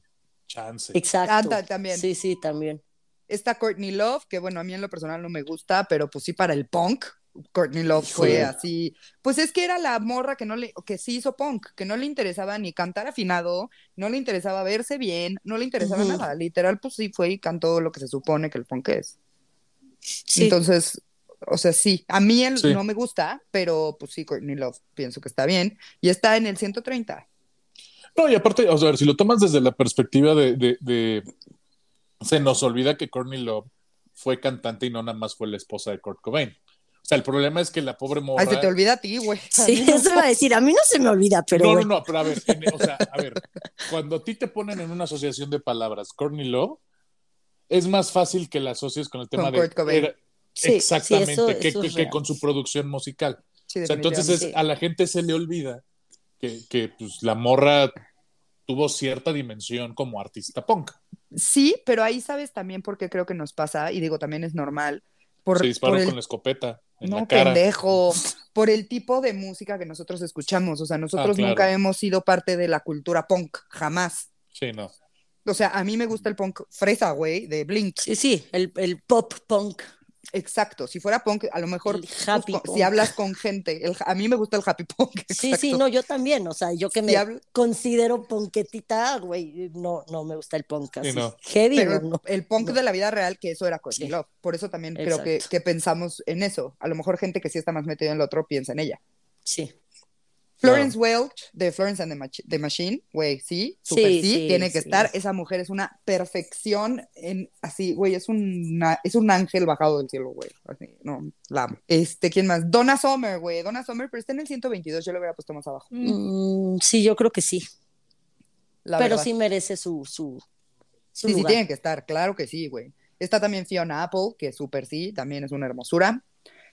Chance.
Exacto.
Canta Ah, también.
Sí, sí, también.
Está Courtney Love, que bueno, a mí en lo personal no me gusta, pero pues sí para el punk. Courtney Love
Híjole.
fue así. Pues es que era la morra que no le, que sí hizo punk, que no le interesaba ni cantar afinado, no le interesaba verse bien, no le interesaba
Ujú.
nada. Literal, pues sí fue y cantó lo que se supone que el punk es.
Sí.
Entonces, o sea, sí, a mí él
Sí.
no me gusta, pero pues sí, Courtney Love pienso que está bien. Y está en el 130.
No, y aparte, o sea, a ver, si lo tomas desde la perspectiva de, de- de- Se nos olvida que Courtney Love fue cantante y no nada más fue la esposa de Kurt Cobain. O sea, el problema es que la pobre morra...
Ay, se te olvida a ti, güey.
Sí, eso iba a decir. A mí no se me olvida, pero.
no, no,
bueno.
no, pero a ver, en- o sea, a ver, cuando a ti te ponen en una asociación de palabras Courtney Love, es más fácil que la asocies con el tema
Con
de...
Kurt Cobain.
era-
Sí, sí,
exactamente,
eso-
que-
eso es
que- que
real.
con su producción musical.
Sí,
O sea, entonces es-
Sí.
a la gente se le olvida que, que, pues, la morra tuvo cierta dimensión como artista punk.
Sí, pero ahí sabes también por qué creo que nos pasa, y digo, también es normal, por,
se disparó
por el...
con la escopeta en
No,
la cara.
pendejo, por el tipo de música que nosotros escuchamos, o sea, nosotros
Ah, claro.
nunca hemos sido parte de la cultura punk, jamás.
Sí, no.
O sea, a mí me gusta el punk fresa, güey, de Blink.
Sí, sí, el, el pop punk.
Exacto, si fuera punk, a lo mejor
El happy
pues, con- si
punk.
hablas con gente, el- a mí me gusta el happy punk.
Sí,
exacto.
sí, no, yo también. O sea, yo que
Si
me
habl-
considero ponquetita, güey, no, no me gusta el punk así.
no.
Heavy,
pero
no, no.
el, el punk
no.
de la vida real, que eso era Courtney
Sí.
Love. Por eso también creo que,
Exacto.
que pensamos en eso. A lo mejor gente que sí está más metida en lo otro piensa en ella.
Sí.
Florence Welch, de Florence and the, Mach- the Machine, güey, sí, súper
Sí,
sí,
sí,
tiene que
sí.
estar. Esa mujer es una perfección en, así, güey, es, una- es un ángel bajado del cielo, güey. Así, no, la amo. Este, ¿quién más? Donna Summer, güey, Donna Summer, pero está en el 122, yo lo hubiera puesto más abajo.
Mm, sí, yo creo que sí.
la
pero
verdad.
sí merece su, su, su
Sí, sí,
lugar.
tienen que estar, claro que sí, güey. Está también Fiona Apple, que súper sí, también es una hermosura.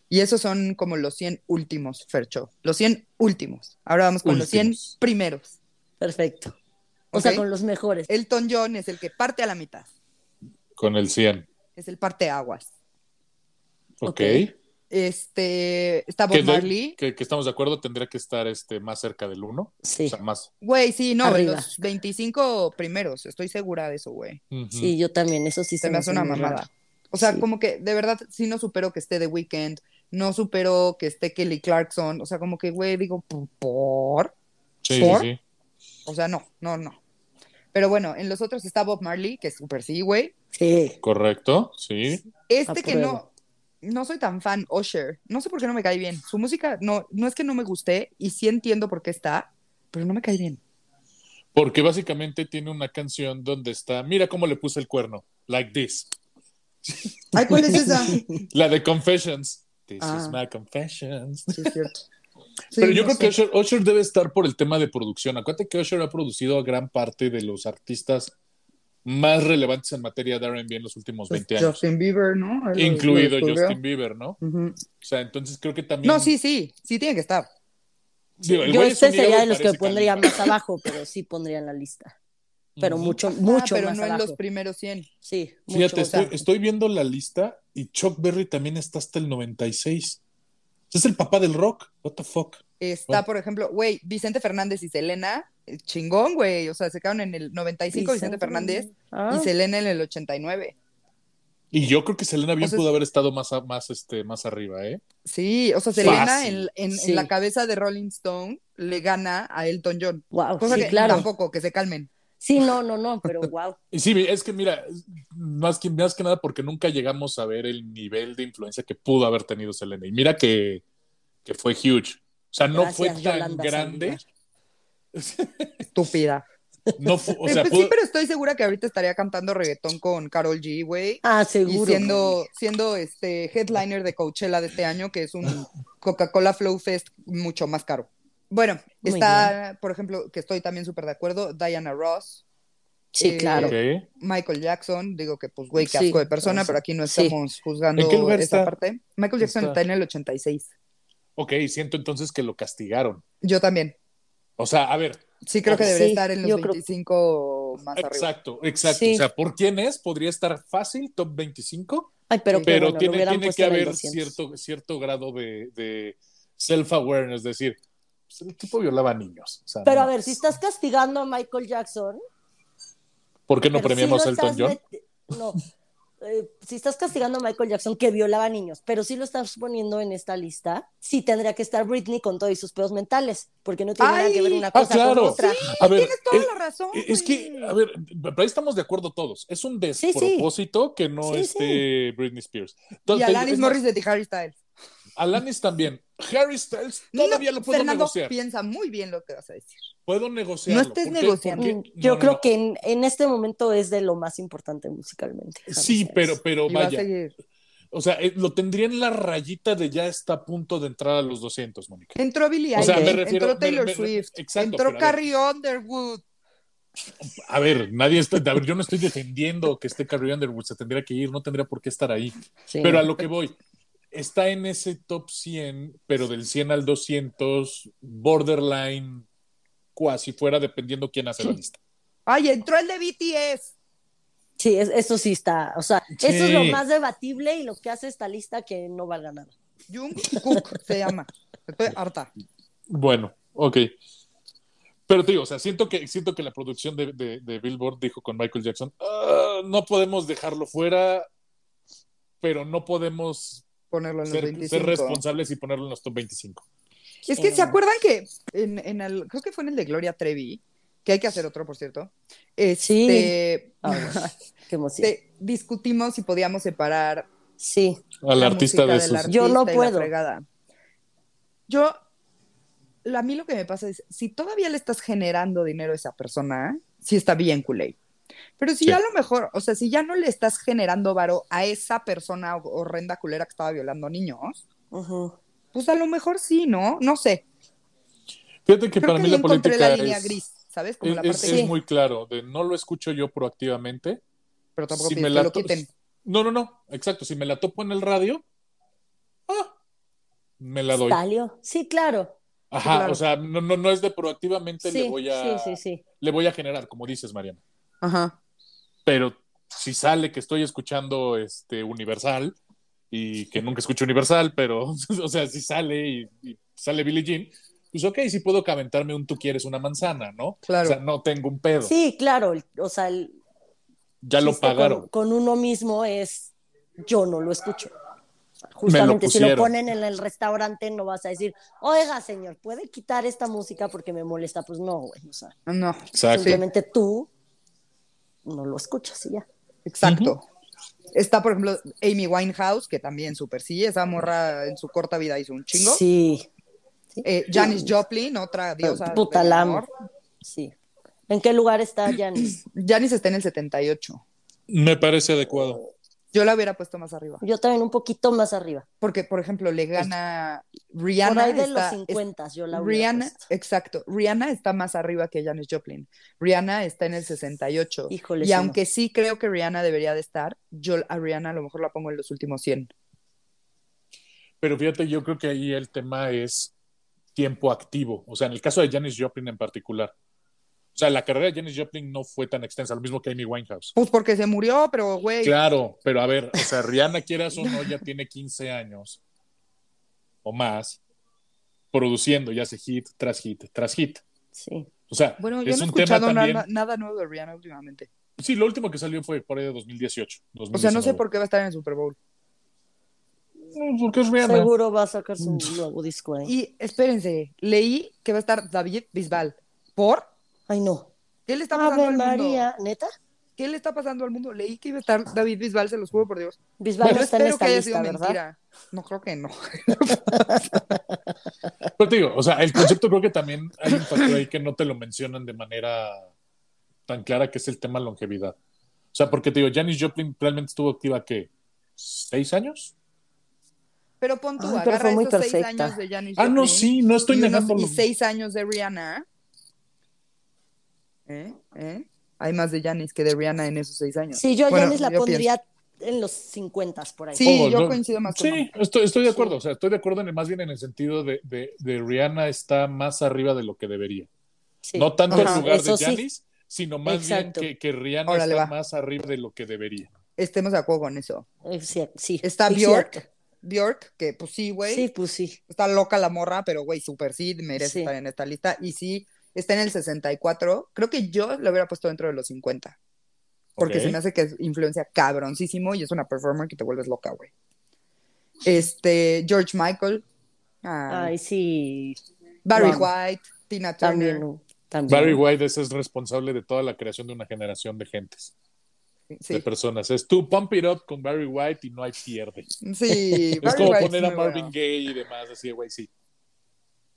Y esos son como los 100 últimos, Fercho. Los 100 últimos. Ahora vamos con los
Últimos.
100 primeros.
Perfecto. O sea,
¿ok? Eh,
con los mejores.
Elton John es el que parte a la mitad.
Con el 100.
Es el parte aguas.
Ok.
Ok.
Este, está
Que,
Bob
de-
Marley.
que- que estamos de acuerdo, tendría que estar este, más cerca del 1.
Sí,
O sea, más.
Güey, sí, no,
Arriba.
los 25 primeros, estoy segura de eso, güey.
Ujú.
sí, yo también. Eso sí
Se me hace una
muy
mamada.
raro.
O sea,
Sí.
como que de verdad sí no supero que esté The Weeknd, no supero que esté Kelly Clarkson, o sea, como que, güey, digo, "P- ¿por?
Sí, sí,
¿Por?
sí.
O sea, no, no, no. Pero bueno, en los otros está Bob Marley, que es súper sí, güey.
Sí.
Correcto, sí.
Este que
Apruebo.
no, no soy tan fan, Usher. No sé por qué no me cae bien. Su música no, no es que no me guste y sí entiendo por qué está, pero no me cae bien.
Porque básicamente tiene una canción donde está, mira cómo le puse el cuerno, like this.
Ay, ¿cuál es esa? sí,
La de Confessions. This
Ah.
is my confessions.
es cierto. Sí,
Pero yo
no
creo que
sé.
Usher, Usher debe estar por el tema de producción. Acuérdate que Usher ha producido a gran parte de los artistas más relevantes en materia de R&B en los últimos
Pues
20 años.
Justin Bieber, ¿no? Algo-
Incluido
lo descubrió.
Justin Bieber, ¿no? O
Ujú.
sea, entonces creo que también...
No, sí, sí, sí tiene que estar.
Digo, el
Yo
güey es
este
un ídolo
sería de
y
los que
parece
pondría
caníbal.
más abajo, pero sí pondría en la lista. Pero
Ujú.
mucho,
Ah,
mucho
pero
más
no en
abajo.
los primeros 100.
Sí, mucho
Fíjate,
más
estoy,
abajo.
estoy viendo la lista y Chuck Berry también está hasta el 96. Es el papá del rock. What the fuck.
Está,
Oh.
por ejemplo, güey, Vicente Fernández y Selena, eh, chingón, güey. O sea, se quedaron en el 95 Vicente Fernández
Ah,
y Selena en el 89.
Y yo creo que Selena bien
O sea,
pudo haber estado más, a- más, este, más arriba, ¿eh?
Sí, o sea, Selena
Fácil.
en, en- en
Sí.
la cabeza de Rolling Stone le gana a Elton John.
wow,
Cosa
sí,
que
claro.
tampoco, que se calmen.
Sí, no, no, no, pero wow.
Y sí, es que mira, más que, más que nada porque nunca llegamos a ver el nivel de influencia que pudo haber tenido Selena. Y mira que, que fue huge. O sea, no fue tan
Gracias, Yolanda
grande.
Estúpida.
No fu- o
Pero,
sea,
pues,
pudo-
Sí, pero estoy segura que ahorita estaría cantando reggaetón con Carol G, güey.
Ah,
Y
seguro.
siendo, siendo este headliner de Coachella de este año, que es un Coca-Cola Flow Fest mucho más caro. Bueno,
Muy
está, por ejemplo, que estoy también súper de acuerdo, Diana Ross,
Sí,
eh,
claro.
Ok.
Michael Jackson, digo que pues güey, qué
Sí,
asco de persona,
o sea,
pero aquí no
sí.
estamos juzgando
¿En qué lugar
esa
está?
parte. Michael Jackson está.
Está.
en el 86.
Ok, siento entonces que lo castigaron.
Yo también.
O sea, a ver,
Sí creo que debería
Ah, Sí,
estar en
yo
los
creo-
25 o más arriba.
exacto, exacto.
Sí.
O sea, ¿por quién es? Podría estar fácil, top 25,
Ay, pero, qué
pero
bueno, lo
tiene,
hubieran
tiene
puesto
que
en el
haber
200.
cierto, cierto grado de, de self-awareness, es decir, pues, el tipo violaba niños. O sea,
Pero
no
a ver, si estás castigando a Michael Jackson,
¿Por qué no
pero sí
premiamos
lo
a Elton
estás
John?
met- No. Eh, si estás castigando a Michael Jackson que violaba niños, pero si lo estás poniendo en esta lista, sí tendría que estar Britney con todos sus pedos mentales, porque no tiene nada que ver
Ay,
una
ah,
cosa
claro.
con otra.
A ver,
Tienes toda
el-
la razón.
es que,
güey.
a ver, pero ahí estamos de acuerdo todos. Es un
sí.
despropósito que no
Sí,
esté Britney Spears.
Y
Entonces,
Alanis
es más,
Morris de Harry Styles.
Alanis también. Harry Styles todavía
No,
lo puedo
Fernando,
negociar.
piensa muy bien lo que vas a decir.
Puedo negociarlo.
No estés
¿Por qué?
negociando.
¿Por
Mm,
qué?
Yo
No, no,
creo
no.
que en, en este momento es de lo más importante musicalmente. Harry
Sí,
Styles.
pero, pero
Y va a
Oh, vaya.
seguir.
O sea, eh, lo tendría en la rayita de ya está a punto de entrar a los 200, Mónica.
Entró Billie
O sea,
Eilish,
me refiero-
entró Taylor
me- me-
Swift,
exacto,
entró
pero a ver.
Carrie Underwood.
A ver, nadie está. A ver, yo no estoy defendiendo que esté Carrie Underwood. Se tendría que ir, no tendría por qué estar ahí.
Sí.
Pero a lo que voy, está en ese top 100, pero del 100 al 200, borderline, cuasi fuera, dependiendo quién hace la lista.
Ay, entró el de BTS.
Sí, es- eso sí está. O sea, eso es lo
Sí.
más debatible y lo que hace esta lista que no valga nada.
Jungkook se llama. Estoy harta.
Bueno, ok. Pero te digo, o sea, siento que, siento que la producción de, de- de Billboard dijo con Michael Jackson, "Ah, no podemos dejarlo fuera, pero no podemos
Ponerlo en los
ser, ser
25.
responsables y ponerlo en los top 25.
Es que se acuerdan que en, en el, creo que fue en el de Gloria Trevi, que hay que hacer otro, por cierto. Este,
Ah, bueno. Qué emoción.
este, discutimos si podíamos separar
Sí,
Al
la
artista
música
de
del
sus...
artista
Yo no
y la
puedo.
fregada. Yo, la- a mí lo que me pasa es, si todavía le estás generando dinero a esa persona, sí está bien, culé. Pero si
Sí.
ya a lo mejor, o sea, si ya no le estás generando varo a esa persona horrenda culera que estaba violando niños,
ujú.
pues a lo mejor sí, ¿no? No sé.
Fíjate que
Creo
para
que
mí
ahí
la
encontré
política
la línea
es-
gris, ¿sabes? Como
Es,
la
es-
parte
es
gris,
muy claro, de no lo escucho yo proactivamente.
pero tampoco
si
pides
me
que
la
lo
to-
quiten.
No, no, no, exacto. Si me la topo en el radio, ah, me la doy.
Stalio. Sí, claro.
Ajá,
claro.
o sea, no, no, no es de proactivamente
Sí,
le, voy a,
sí, sí, sí.
le voy a generar, como dices, Mariana.
Ajá.
Pero si sale que estoy escuchando este Universal y que nunca escucho Universal, pero, o sea, si sale y, y sale Billie Jean, pues ok, sí puedo caventarme un tú quieres una manzana, ¿no?
Claro.
O sea, no tengo un pedo.
Sí, claro. el- O sea, el
ya lo
chiste con-
pagaron.
Con, uno mismo es yo no lo escucho. Justamente si lo
pusieron.
ponen en el restaurante no vas a decir, oiga señor, ¿puede quitar esta música porque me molesta? Pues no, güey. O sea,
No.
Exacto.
Sí.
simplemente tú no lo escuchas y ya.
Exacto. Está, por ejemplo, Amy Winehouse, que también súper sí, esa morra en su corta vida hizo un chingo.
Sí,
Eh, Janis Joplin, otra diosa.
puta
del
la
amor.
amo. Sí. ¿En qué lugar está Janis?
Janis está en el 78.
Me parece adecuado.
Yo la hubiera puesto más arriba.
Yo también un poquito más arriba.
Porque, por ejemplo, le gana
Por
Rihanna.
ahí de
está-
los 50 yo la hubiera
Rihanna,
puesto.
exacto. Rihanna está más arriba que Janis Joplin. Rihanna está en el 68.
Híjole, sí,
y aunque sí creo que Rihanna debería de estar, yo a Rihanna a lo mejor la pongo en los últimos 100.
Pero fíjate, yo creo que ahí el tema es tiempo activo. O sea, en el caso de Janis Joplin en particular. O sea, la carrera de Janis Joplin no fue tan extensa, lo mismo que Amy Winehouse.
Pues porque se murió, pero güey.
Claro, pero a ver, o sea, Rihanna, quieras o no, ya tiene 15 años o más produciendo ya hace hit tras hit tras hit.
Sí.
O sea,
Bueno, yo
es
no he
un tema
escuchado
también.
nada, nada nuevo de Rihanna últimamente.
Sí, lo último que salió fue por ahí de 2018.
O sea, no sé por qué va a estar en el Super Bowl.
Porque es Rihanna.
Seguro va a sacar su nuevo disco ahí.
Y espérense, leí que va a estar David Bisbal. ¿Por?
Ay, no.
¿Qué le está pasando
Ave
al mundo?
María, ¿neta?
¿Qué le está pasando al mundo? Leí que iba a estar David Bisbal, se los juro por Dios.
Bisbal
Yo
no está en
espero que
esta
haya
lista,
sido
¿verdad?
mentira. No creo que no.
Pero te digo, o sea, el concepto creo que también hay un factor ahí que no te lo mencionan de manera tan clara, que es el tema longevidad. O sea, porque te digo, Janis Joplin realmente estuvo activa, ¿qué? ¿Seis años?
Pero pon tú,
Ay, pero
agarra
fue muy
esos seis
perfecta.
años de Janis
Ah, no,
Joplin
sí, no estoy
y unos-
negándolo.
Y seis años de Rihanna. ¿Eh? ¿Eh? Hay más de Janis que de Rihanna en esos seis años.
Sí, yo a
Bueno,
Janis la
yo
pondría en los 50 por ahí.
Sí. yo coincido más con
Sí,
Mau.
estoy, estoy de acuerdo. O sea, estoy de acuerdo en el- más bien en el sentido de, de- de Rihanna está más arriba de lo que debería.
Sí.
No tanto
Ajá,
en lugar
eso
de
sí.
Janis, sino más
Exacto.
bien que, que Rihanna
Órale,
está
va.
más arriba de lo que debería.
Estemos de acuerdo con eso.
Eh, sí, sí.
Está
Sí,
Bjork.
cierto.
Bjork, que pues sí, güey.
Sí, pues sí.
Está loca la morra, pero güey, super sí, merece
Sí.
estar en esta lista. Y sí, está en el 64. Creo que yo lo hubiera puesto dentro de los 50. Porque
Ok.
se me hace que es influencia cabroncísimo y es una performer que te vuelves loca, güey. Este, George Michael. ay,
Ay, sí.
Barry
Wow.
White, Tina Turner.
También. también.
Barry White ese es responsable de toda la creación de una generación de gentes, de
Sí,
personas. Es tú pump it up con Barry White y no hay pierde.
sí
es
Barry
como
White es
poner a
muy
Marvin
bueno.
Gaye y demás, así, güey, sí.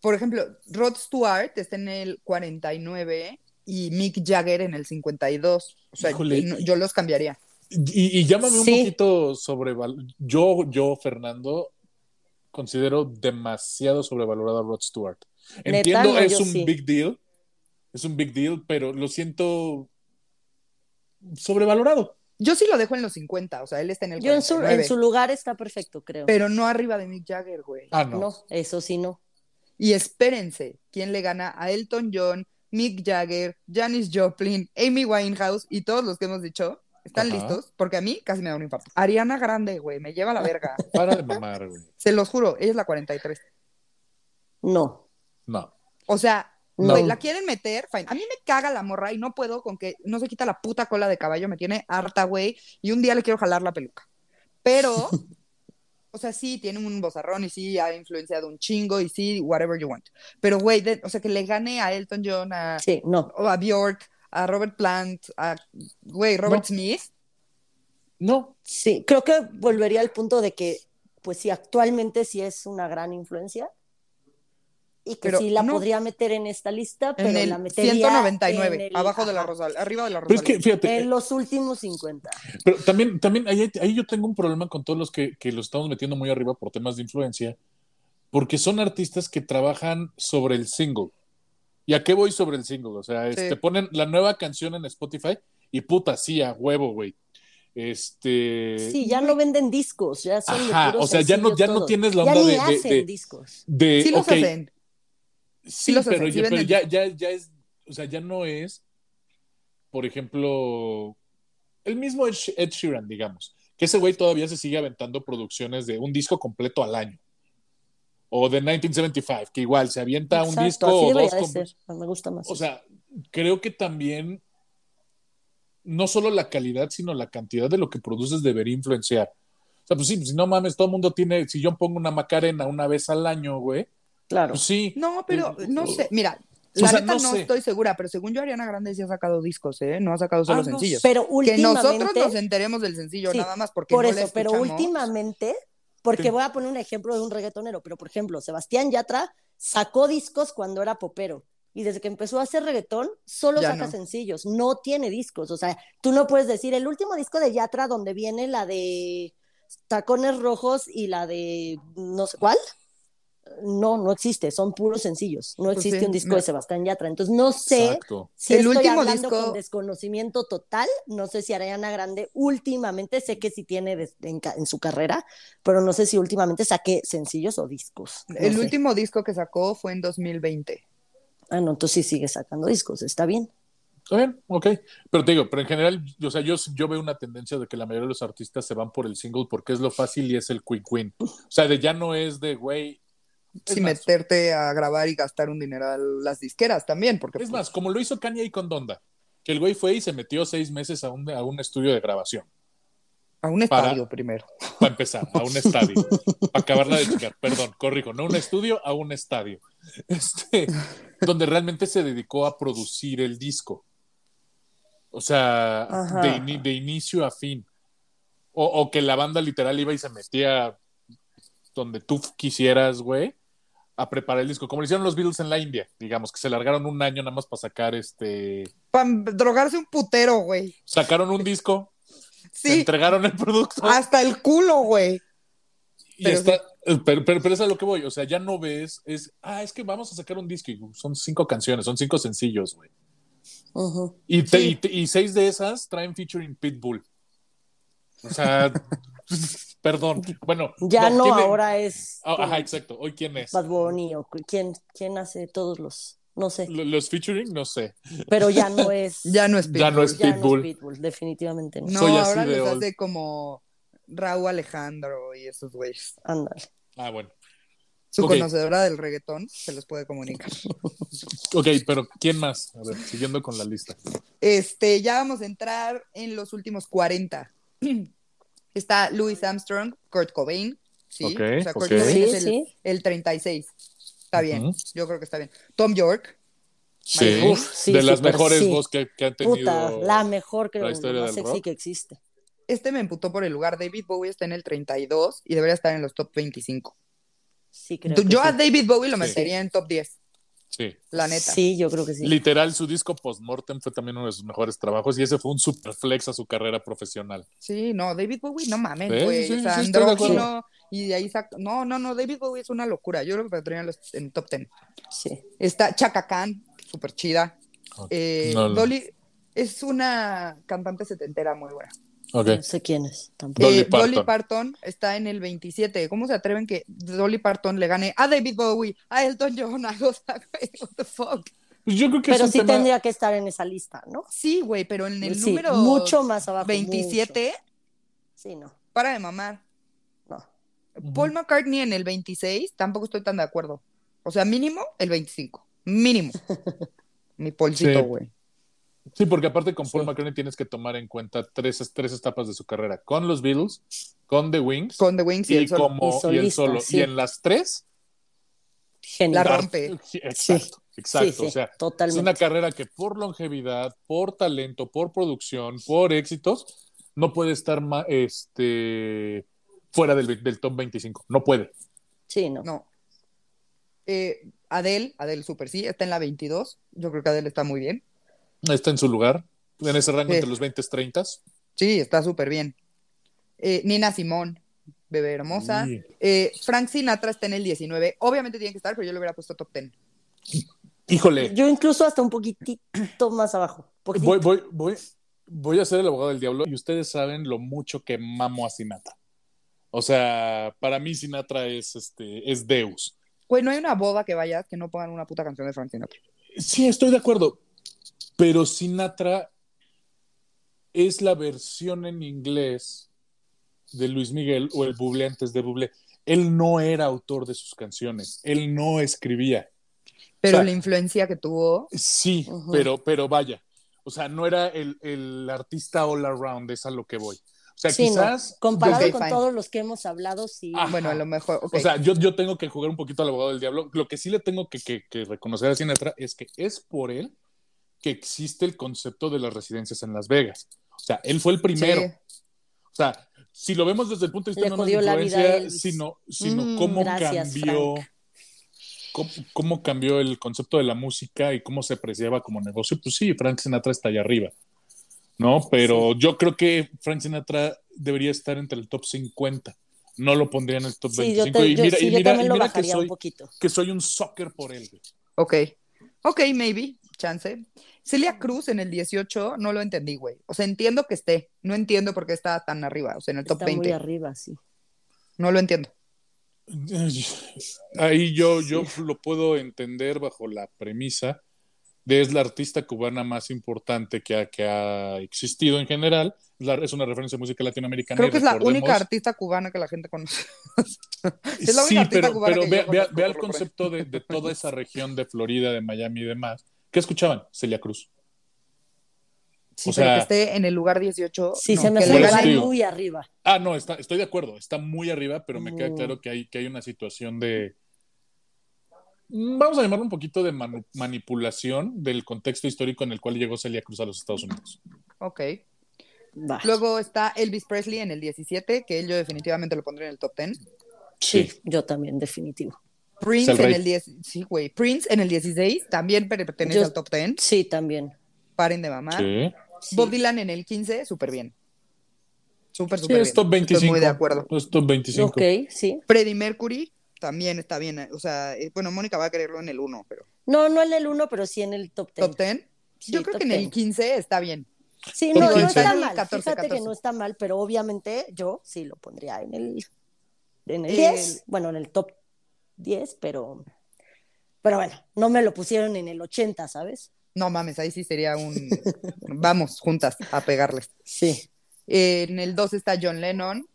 Por ejemplo, Rod Stewart está en el 49 y Mick Jagger en el 52. O sea,
Híjole.
no- yo los cambiaría.
Y, y
Sí.
llámame un poquito sobrevalorado. Yo, yo, Fernando, considero demasiado sobrevalorado a Rod Stewart.
Neta,
Entiendo,
no,
es
yo
un
sí.
big deal. Es un big deal, pero lo siento sobrevalorado.
Yo sí lo dejo en los 50, o sea, él está en el
Yo en su,
49,
en su lugar está perfecto, creo.
pero no arriba de Mick Jagger, güey.
Ah,
no.
no.
eso sí no.
Y espérense, ¿quién le gana a Elton John, Mick Jagger, Janis Joplin, Amy Winehouse y todos los que hemos dicho? ¿Están
Ajá.
listos? Porque a mí casi me da un infarto. Ariana Grande, güey, me lleva a la verga.
Para de mamar, güey.
Se los juro, ella es la 43.
No.
No.
O sea,
No.
güey, la quieren meter, fine. A mí me caga la morra y no puedo con que no se quita la puta cola de caballo, me tiene harta, güey, y un día le quiero jalar la peluca. Pero, o sea, sí, tiene un bozarrón y sí, ha influenciado un chingo y sí, whatever you want. Pero, güey, de- o sea, que le gane a Elton John, a,
Sí, no.
o a Bjork, a Robert Plant, a, güey, Robert
No.
Smith.
No.
Sí, creo que volvería al punto de que, pues sí, actualmente sí es una gran influencia y que
Pero
sí la
no.
podría meter en esta lista, pero
En el
la metería
199,
en el-
abajo de la
ajá,
Rosalía, arriba de la
Pero es
Rosalía.
que, fíjate,
En los últimos 50.
Pero también, también ahí, ahí yo tengo un problema con todos los que, que los estamos metiendo muy arriba por temas de influencia, porque son artistas que trabajan sobre el single. ¿Y a qué voy sobre el single? O sea, este, ponen la nueva canción en Spotify y puta, sí, a huevo, güey. Este.
Sí, ya no venden discos, ya son de
Ajá,
puros
o sea, ya no-
sencillos
ya no
todos.
tienes la
Ya
onda
ni
de- de-
hacen
de-
discos.
de,
sí los
eh, ok,
hacen.
Sí,
los hacen,
pero,
sí
ya, pero
venden.
ya, ya, ya es, o sea, ya no es, por ejemplo, el mismo Ed Sh- Ed Sheeran, digamos, que ese güey todavía se sigue aventando producciones de un disco completo al año. O de 1975, que igual se avienta
Exacto,
un disco
así
o
debería
dos.
de
completos.
ser, me gusta más.
O sea, creo que también no solo la calidad, sino la cantidad de lo que produces debería influenciar. O sea, pues sí, pues no mames, todo el mundo tiene, si yo pongo una Macarena una vez al año, güey,
claro.
pues sí.
No, pero no sé, mira, La
sea,
neta
no
no,
sé.
estoy segura, pero según yo Ariana Grande sí ha sacado discos, ¿eh? No ha sacado solo
Ah, no
sencillos.
Pero
Que nosotros
últimamente,
nos enteremos del sencillo
Sí,
nada más porque
por
no la
eso, pero
escuchamos.
últimamente, porque
Sí.
voy a poner un ejemplo de un reggaetonero, pero por ejemplo, Sebastián Yatra sacó discos cuando era popero. Y desde que empezó a hacer reggaetón, solo
Ya
saca
no.
sencillos, no tiene discos. O sea, tú no puedes decir el último disco de Yatra donde viene la de Tacones Rojos y la de no sé cuál. No, no existe, son puros sencillos. No
Pues
existe
sí,
un disco
no.
de Sebastián Yatra. Entonces, no sé
Exacto.
si
El
estoy
último
hablando
disco-
con desconocimiento total, no sé si Ariana Grande últimamente, sé que sí tiene des- en, ca- en su carrera, pero no sé si últimamente saque sencillos o discos. no
El
sé.
último disco que sacó fue en 2020.
Ah, no, entonces sí sigue sacando discos, está bien.
Está bien, ok. Pero te digo, pero en general, o sea, yo, yo veo una tendencia de que la mayoría de los artistas se van por el single porque es lo fácil y es el quick win. O sea, de ya no es de, güey. es
Sin
más,
meterte a grabar y gastar un dineral las disqueras también, porque pues,
Es más, como lo hizo Kanye con Donda, que el güey fue y se metió seis meses a un, a un estudio de grabación,
a un
para-
estadio primero.
para empezar, a un estadio, para acabarla de chingar, perdón, corrijo, no un estudio, a un estadio, este, donde realmente se dedicó a producir el disco. O sea,
Ajá.
de, ini- de inicio a fin. O, o que la banda literal iba y se metía donde tú quisieras, güey, a preparar el disco, como lo hicieron los Beatles en la India, digamos, que se largaron un año nada más para sacar este...
Para drogarse un putero, güey.
sacaron un disco, te
Sí,
entregaron el producto.
hasta el culo, güey.
y
pero
está- eh, pero, pero- pero es a lo que voy. O sea, ya no ves, es, ah, es que vamos a sacar un disco. Y son cinco canciones, son cinco sencillos, güey.
Ujú.
Y, te-
Sí.
y te- y seis de esas traen featuring Pitbull. O sea, perdón. Bueno,
Ya no,
¿quién es?
ahora es
Ah, ajá,
como
exacto. Hoy quién es.
Bad Bunny o cu- quién, quién hace todos los, no sé,
Lo- Los featuring, no sé.
pero ya no es,
Ya no es
Ya no es
ya no es
Pitbull.
Pitbull, definitivamente no.
No,
Soy así
ahora
de
les
old.
hace como Raúl Alejandro y esos güeyes.
Ándale.
Ah, bueno.
Su
Ok.
conocedora del reggaetón se los puede comunicar.
Ok, pero ¿quién más? A ver, siguiendo con la lista.
Este, ya vamos a entrar en los últimos 40. Está Louis Armstrong, Kurt Cobain. Sí,
Ok,
o sea, Kurt
ok.
Cobain es
Sí,
el,
sí.
el 36. Está bien,
Ujú.
yo creo que está bien. Tom York,
Sí,
Uf, sí,
de las
súper,
mejores
sí.
voz que, que han tenido.
Puta, la mejor creo,
la
la,
historia
más
del
sexy
rock.
que existe.
este me emputó por el lugar. David Bowie está en el 32 y debería estar en los top 25.
Sí, creo. que
yo
sí.
a David Bowie lo
Sí.
metería en top 10,
Sí.
la neta.
Sí, yo creo que sí.
Literal, su disco Postmortem fue también uno de sus mejores trabajos y ese fue un superflex a su carrera profesional.
Sí, no, David Bowie, no mames,
Sí,
güey.
sí,
o sea,
sí, estoy de acuerdo.
andrógino, y de ahí sac- No, no, no, David Bowie es una locura. Yo creo que podría en, los, en top 10.
Sí.
Está Chaka Khan, súper chida. Eh,
No, no.
Dolly es una cantante setentera muy buena.
Ok.
No sé quién es tampoco.
Dolly
Eh, Dolly
Parton.
Parton está en el 27. ¿Cómo se atreven que Dolly Parton le gane a David Bowie, a Elton John, a Goza, güey? What the fuck?
Pues yo creo que
Pero
es un
sí
tema-
tendría que estar en esa lista, ¿no?
Sí, güey, pero en el
Sí,
número
mucho más abajo.
27,
mucho. Sí, no,
para de mamar.
no.
Ujú.
Paul McCartney en el 26, tampoco estoy tan de acuerdo. O sea, mínimo el 25. Mínimo. Mi polsito,
Sí.
güey.
Sí, porque aparte con Paul
Sí.
McCartney tienes que tomar en cuenta tres, tres etapas de su carrera, con los Beatles, con The Wings
Con The Wings y,
y,
el solo.
como
Y
y el
solista,
solo.
sí.
Y en las tres,
Genial.
La rompe.
Exacto, exacto.
Sí, sí,
O sea, es
totalmente.
una carrera que por longevidad, por talento, por producción, por éxitos, no puede estar ma- este, fuera del, ve- del top 25. No puede.
Sí, no.
No. Eh, Adele, Adele Super, sí, está en la 22. Yo creo que Adele está muy bien.
Está en su lugar, en ese rango
Sí.
entre los 20 y 30.
Sí, está súper bien. Eh, Nina Simón, bebé hermosa.
Sí.
Eh, Frank Sinatra está en el 19. Obviamente tiene que estar, pero yo le hubiera puesto top 10.
Híjole,
Yo incluso hasta un poquitito más abajo. Poquitito.
voy, voy, voy, voy a ser el abogado del diablo y ustedes saben lo mucho que mamo a Sinatra. O sea, para mí Sinatra es, este, es Deus.
Güey, no hay una boda que vayas que no pongan una puta canción de Frank Sinatra.
Sí, estoy de acuerdo. Pero Sinatra es la versión en inglés de Luis Miguel o el Bublé antes de Bublé. Él no era autor de sus canciones, él no escribía.
Pero
O sea,
la influencia que tuvo.
Sí,
Ujú.
pero, pero vaya. O sea, no era el, el artista all around, es a lo que voy. O sea,
Sí, no.
quizás.
Comparado
Ok,
con
fine.
todos los que hemos hablado, sí.
Ajá.
Bueno, a lo mejor. ok.
O sea, yo, yo tengo que jugar un poquito al abogado del diablo. Lo que sí le tengo que, que- que reconocer a Sinatra es que es por él que existe el concepto de las residencias en Las Vegas. O sea, él fue el primero.
Sí.
O sea, si lo vemos desde el punto de vista
Le
no más de
jodió la vida a
influencia,
Elvis.
sino, sino
Mm,
cómo
gracias,
cambió.
Frank.
Cómo, cómo cambió el concepto de la música y cómo se apreciaba como negocio? Pues sí, Frank Sinatra está allá arriba, ¿no? Pero yo creo que Frank Sinatra debería estar entre el top 50. No lo pondría en el top
Sí, yo,
25.
te-
y
yo-
mira,
sí,
y
yo
mira-
también
y
lo
mira que
bajaría un
soy
poquito.
que soy un soccer por él. güey.
Ok. Ok, maybe. Chance. Celia Cruz en el 18, no lo entendí, güey. O sea, entiendo que esté. No entiendo por qué está tan arriba, o sea, en el top
Está muy
20.
arriba, sí.
No lo entiendo.
Ay, Ahí yo, yo lo puedo entender bajo la premisa de es la artista cubana más importante que ha, que ha existido en general. La- es una referencia de música latinoamericana.
Creo
y
que es la
recordemos-
única artista cubana que la gente conoce. Es la única
sí,
artista
pero,
cubana
pero
que
vea,
yo
vea-
conozco,
vea el
por favor.
concepto de, de toda esa región de Florida, de Miami y demás. ¿Qué escuchaban? Celia Cruz.
Sí,
O
pero
sea-
que esté en el lugar 18.
Sí,
no,
se me
que
hace
le
que
legal-
gane.
va
Digo.
muy arriba.
Ah, no, está, estoy de acuerdo, está muy arriba, pero me queda
Mm.
claro que hay, que hay una situación de, mm, vamos a llamarlo un poquito de manu- manipulación del contexto histórico en el cual llegó Celia Cruz a los Estados Unidos.
Ok.
Va.
Luego está Elvis Presley en el 17, que él yo definitivamente lo pondré en el top 10.
Sí, yo también, definitivo.
Prince
Es el
en
rey.
el 10, sí, güey. Prince en el 16 también pertenece
Yo-
al top 10.
Sí, también.
Paren de mamá.
Sí.
Sí.
Bob Dylan en el 15, súper bien. Súper,
Sí,
súper bien.
es top 25.
Estoy muy de acuerdo.
Es top 25.
Ok, sí.
Freddie Mercury también está bien. eh, O sea, eh, bueno, Mónica va a quererlo en el 1, pero
No, no en el 1, pero sí en el top 10.
top 10. Yo creo que en el 15 está bien.
Sí,
Top
no, no
15.
está
Está en el
mal.
14,
Fíjate que
14.
no está mal, pero obviamente yo sí lo pondría en el, en el
El-
10, bueno, en el top 10, pero, pero bueno, no me lo pusieron en el 80, ¿sabes?
No mames, ahí sí sería un... Vamos juntas a pegarles.
Sí,
Eh, en el 2 está John Lennon.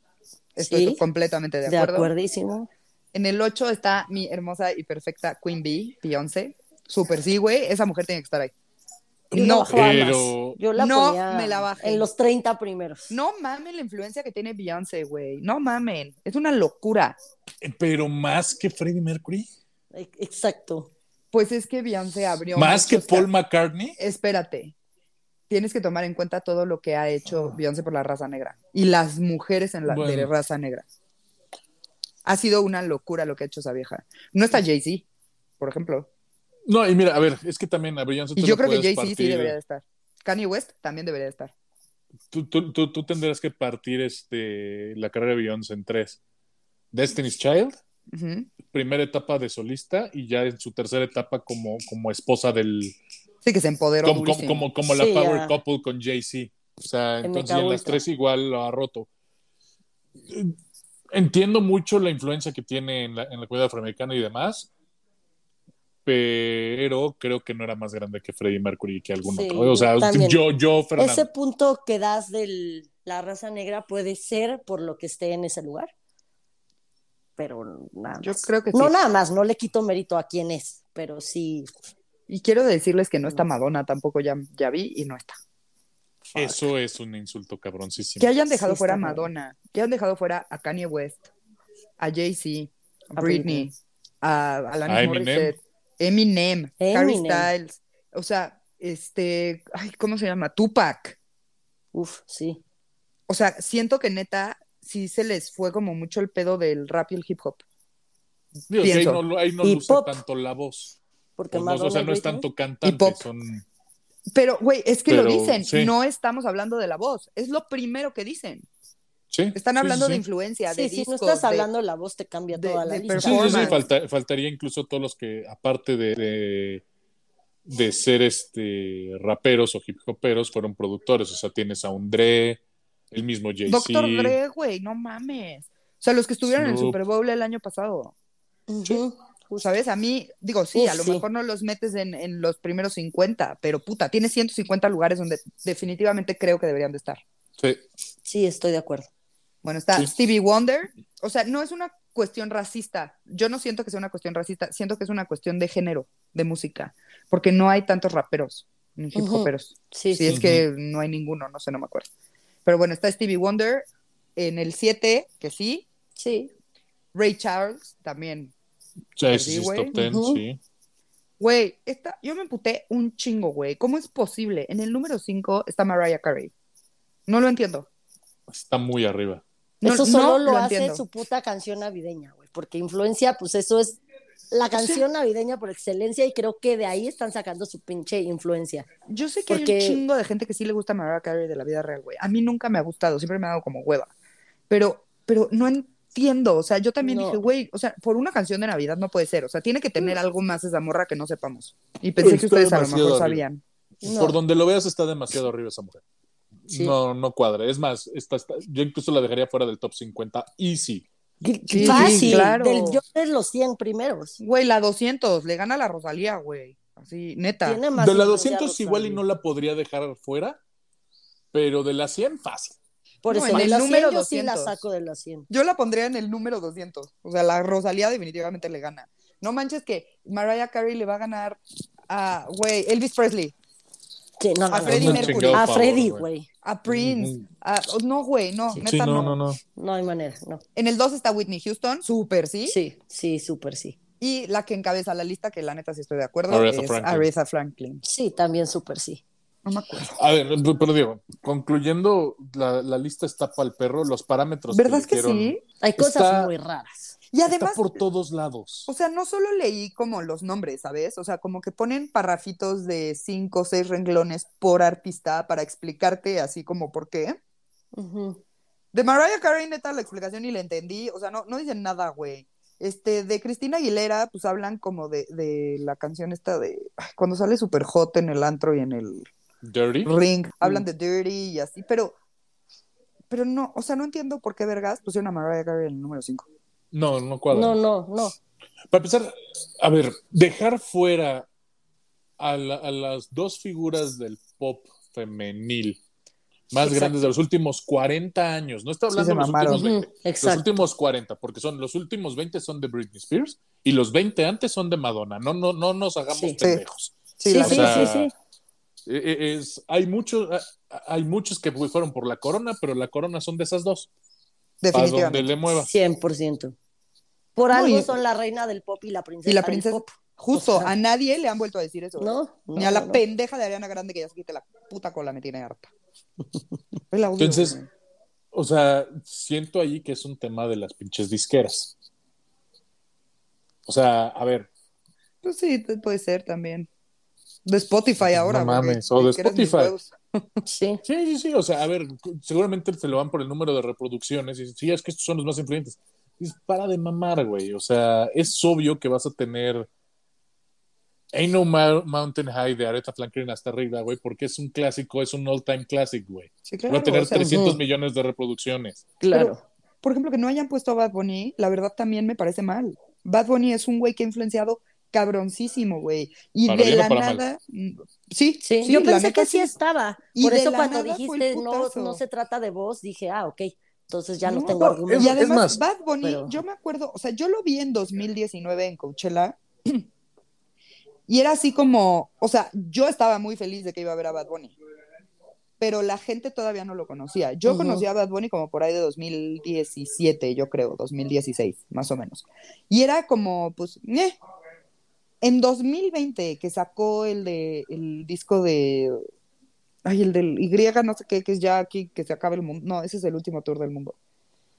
Estoy
Sí.
completamente
de,
de acuerdo.
acuerdísimo.
En el 8 está mi hermosa y perfecta Queen Bee, Beyoncé. Súper sí, güey. Esa mujer tiene que estar ahí.
Yo la
No,
bajaba más.
pero-
Yo la
No
ponía
me la bajé.
en los 30 primeros.
No mamen la influencia que tiene Beyoncé, güey. No mamen. Es una locura.
Pero más que Freddie Mercury,
E- Exacto.
Pues es que Beyoncé abrió.
más que
muchos
Paul
ca-
McCartney.
Espérate. Tienes que tomar en cuenta todo lo que ha hecho
Ah.
Beyoncé por la raza negra y las mujeres en la
Bueno.
de raza negra. Ha sido una locura lo que ha hecho esa vieja. No
Mm.
está Jay-Z, por ejemplo.
No, y mira, a ver, es que también a Beyoncé
Y
tú
yo
le
creo que
puedes
Jay-Z sí
partir-
debería de estar. Kanye West también debería de estar.
tú, tú- tú- tú tendrás que partir este, la carrera de Beyoncé en tres. Destiny's Child,
Ujú.
primera etapa de solista y ya en su tercera etapa como, como esposa del...
Sí, que se empoderó.
Como, como,
durísimo.
como, como la
Sí,
power
ya.
couple con Jay-Z. O sea,
En
entonces y en las
Megavolta.
tres igual lo ha roto. Entiendo mucho la influencia que tiene en la, en la comunidad afroamericana y demás, pero creo que no era más grande que Freddie Mercury y que algún
Sí,
otro. O sea,
yo también.
yo, yo, Fernando.
Ese punto que das de la raza negra puede ser por lo que esté en ese lugar. Pero nada más.
Yo creo que sí.
No, nada más, no le quito mérito a quién es, pero sí.
Y quiero decirles que no está Madonna tampoco, ya, ya vi y no está.
Eso es un insulto cabroncísimo.
Que hayan dejado
Sí,
fuera a
está bien.
Madonna, que hayan dejado fuera a Kanye West, a Jay-Z, a
A
Britney,
Britney.
a Alanis
A Eminem.
Morissette, Eminem, Harry
Eminem.
Styles, o sea, este, ay, ¿cómo se llama? Tupac.
Uf, sí.
O sea, siento que neta sí se les fue como mucho el pedo del rap y el hip hop.
Digo, que ahí
pienso.
no, ahí no
Y
luce
pop.
tanto la voz.
Porque
O no-
más
o sea, no es tanto
Y pop.
cantante, son...
Pero, güey, es que lo
Pero,
dicen,
sí.
no estamos hablando de la voz, es lo primero que dicen.
Sí,
Están
sí,
hablando
sí,
de
sí.
influencia, de
Sí, si
discos,
no estás
de-
hablando, la voz te cambia
de-
toda la
de
lista.
Sí, sí, sí,
performance.
falta- faltaría incluso todos los que, aparte de, de, de ser este raperos o hip hoperos, fueron productores. O sea, tienes a un Dre, el mismo Jay-Z.
Doctor Dre, güey, no mames. O sea, los que estuvieron en el
Snoop.
Super Bowl el año pasado.
Ujú, justo.
¿Sabes? A mí, digo, sí,
Uf,
a lo
sí.
mejor no los metes en, en los primeros 50, pero puta, tienes 150 lugares donde definitivamente creo que deberían de estar.
Sí.
Sí, estoy de acuerdo.
Bueno, está
Sí.
Stevie Wonder. O sea, no es una cuestión racista. Yo no siento que sea una cuestión racista, siento que es una cuestión de género, de música, porque no hay tantos raperos ni hip
Ujú.
hoperos.
Sí, sí.
Si es que no hay ninguno, no sé, no me acuerdo. Pero bueno, está Stevie Wonder en el 7, que sí.
Sí.
Ray Charles también.
Sí, sí, sí, es top ten,
Ujú.
sí.
Güey, esta, yo me emputé un chingo, güey. ¿Cómo es posible? En el número 5 está Mariah Carey. No lo entiendo.
Está muy arriba.
No,
eso solo
no
lo, hace
entiendo.
su puta canción navideña, güey, porque influencia, pues eso es la canción navideña por excelencia y creo que de ahí están sacando su pinche influencia.
Yo sé que
Porque-
hay un chingo de gente que sí le gusta Mariah Carey de la vida real, güey. A mí nunca me ha gustado, siempre me ha dado como hueva. Pero, pero no entiendo. O sea, yo también
No.
dije, güey, o sea, por una canción de Navidad no puede ser. O sea, tiene que tener algo más esa morra que no sepamos. Y pensé que
Está
ustedes a lo
demasiado
mejor
arriba.
sabían.
No.
Por donde lo veas está demasiado arriba esa mujer.
Sí.
No, no cuadra. Es más, esta- esta- yo incluso la dejaría fuera del top 50. Easy.
Sí,
Fácil,
sí, claro.
del, yo de los 100 primeros.
Güey, la 200, le gana a la Rosalía, güey. Así, neta.
Tiene más
De la
influencia
200 igual y
Rosalía.
no la podría dejar fuera, pero de la 100 fácil.
Por
No,
eso,
en
de
el
los
número
100 yo sí la
200.
saco de los 100.
Yo la pondría en el número 200. O sea, la Rosalía definitivamente le gana. No manches que Mariah Carey le va a ganar a, güey, Elvis Presley,
Sí, no, no,
A
no,
Freddie
no.
Un
Mercury.
chingado
A
favor,
Freddy,
güey.
güey.
a Prince.
Ujú.
a- oh, no, güey, no, neta
Sí,
no.
no, no, no.
No hay manera, no.
En el 2 está Whitney Houston, súper sí.
Sí, sí, súper sí.
Y la que encabeza la lista, que la neta sí estoy de acuerdo,
Aretha
es
Franklin.
Aretha Franklin.
Sí, también súper sí.
No me acuerdo.
A ver, pero digo, concluyendo, la, la lista está para el perro, los parámetros.
¿Verdad
le
que
dieron
sí?
Hay cosas
Está-
muy raras.
Y
Está
además,
por todos lados.
o sea, no solo leí como los nombres, ¿sabes? O sea, como que ponen parrafitos de cinco o seis renglones por artista para explicarte así como por qué.
Ujú.
De Mariah Carey, neta, la explicación y la entendí. O sea, no, no dicen nada, güey. Este, de Cristina Aguilera, pues hablan como de, de la canción esta de ay, cuando sale super hot en el antro y en el
Dirty.
ring. Hablan de dirty y así, pero, pero no, o sea, no entiendo por qué vergas pusieron a Mariah Carey en el número 5.
No, no cuadra.
No, no, no.
Para empezar, a ver, dejar fuera a, la- a las dos figuras del pop femenil más
Exacto.
grandes de los últimos 40 años. No está
Sí,
hablando
se
de los
mamaron. Mm,
últimos 20.
Ujú,
Los
Exacto.
últimos 40, porque son los últimos 20 son de Britney Spears y los 20 antes son de Madonna. No, no, no nos hagamos
Sí.
pendejos.
Sí,
la
sí,
o
sí,
sea,
sí.
E- e- Es, hay muchos, a- hay muchos que fueron por la corona, pero la corona son de esas dos. Para donde
definitivamente.
le mueva.
100%. Por
No,
algo
y-
son la reina del pop y la princesa.
Y la
del
princesa,
pop.
justo,
Ajá.
a nadie le han vuelto a decir eso. güey.
No, no,
Ni a la
no, no.
pendeja de Ariana Grande que ya se quite la puta cola, me tiene harta. Yo la odio,
Entonces,
güey.
O sea, siento ahí que es un tema de las pinches disqueras. O sea, a ver,
Pues sí, te- puede ser también. De Spotify
No
ahora. porque
mames, o de
si quieres mis
Spotify.
huevos.
Sí.
sí, sí, sí, o sea, a ver, seguramente se lo van por el número de reproducciones y dicen, sí, es que estos son los más influyentes. Dices, para de mamar, güey. O sea, es obvio que vas a tener Ain't No Mou- Mountain High de Aretha Franklin hasta arriba, güey, porque es un clásico, es un all-time classic, güey.
Sí, claro,
Va a tener
o sea,
300
ujú.
millones de reproducciones.
Claro.
Por ejemplo, que no hayan puesto a Bad Bunny, la verdad también me parece mal. Bad Bunny es un güey que ha influenciado cabroncísimo, güey. Y
Para
de
bien o
la
para mal.
nada. mm, Sí,
Sí,
sí,
yo
la
pensé
neta
que sí estaba.
Y
Por
de
eso
la
cuando
nada fue el
dijiste no,
putazo".
no se trata de vos, dije, ah, ok, entonces ya no,
No,
tengo
no,
argumento.
Y
Es- es
además,
más-
Bad Bunny,
pero-
yo me acuerdo, o sea, yo lo vi en 2019 en Coachella. Y era así como, o sea, yo estaba muy feliz de que iba a ver a Bad Bunny. Pero la gente todavía no lo conocía. Yo
Ujú.
conocía a Bad Bunny como por ahí de 2017, yo creo, 2016, más o menos. Y era como, pues, "Neh". En 2020, que sacó el de el disco de. Ay, el del Y, no sé qué, que es ya aquí, que se acabe el mundo. No, ese es el último tour del mundo.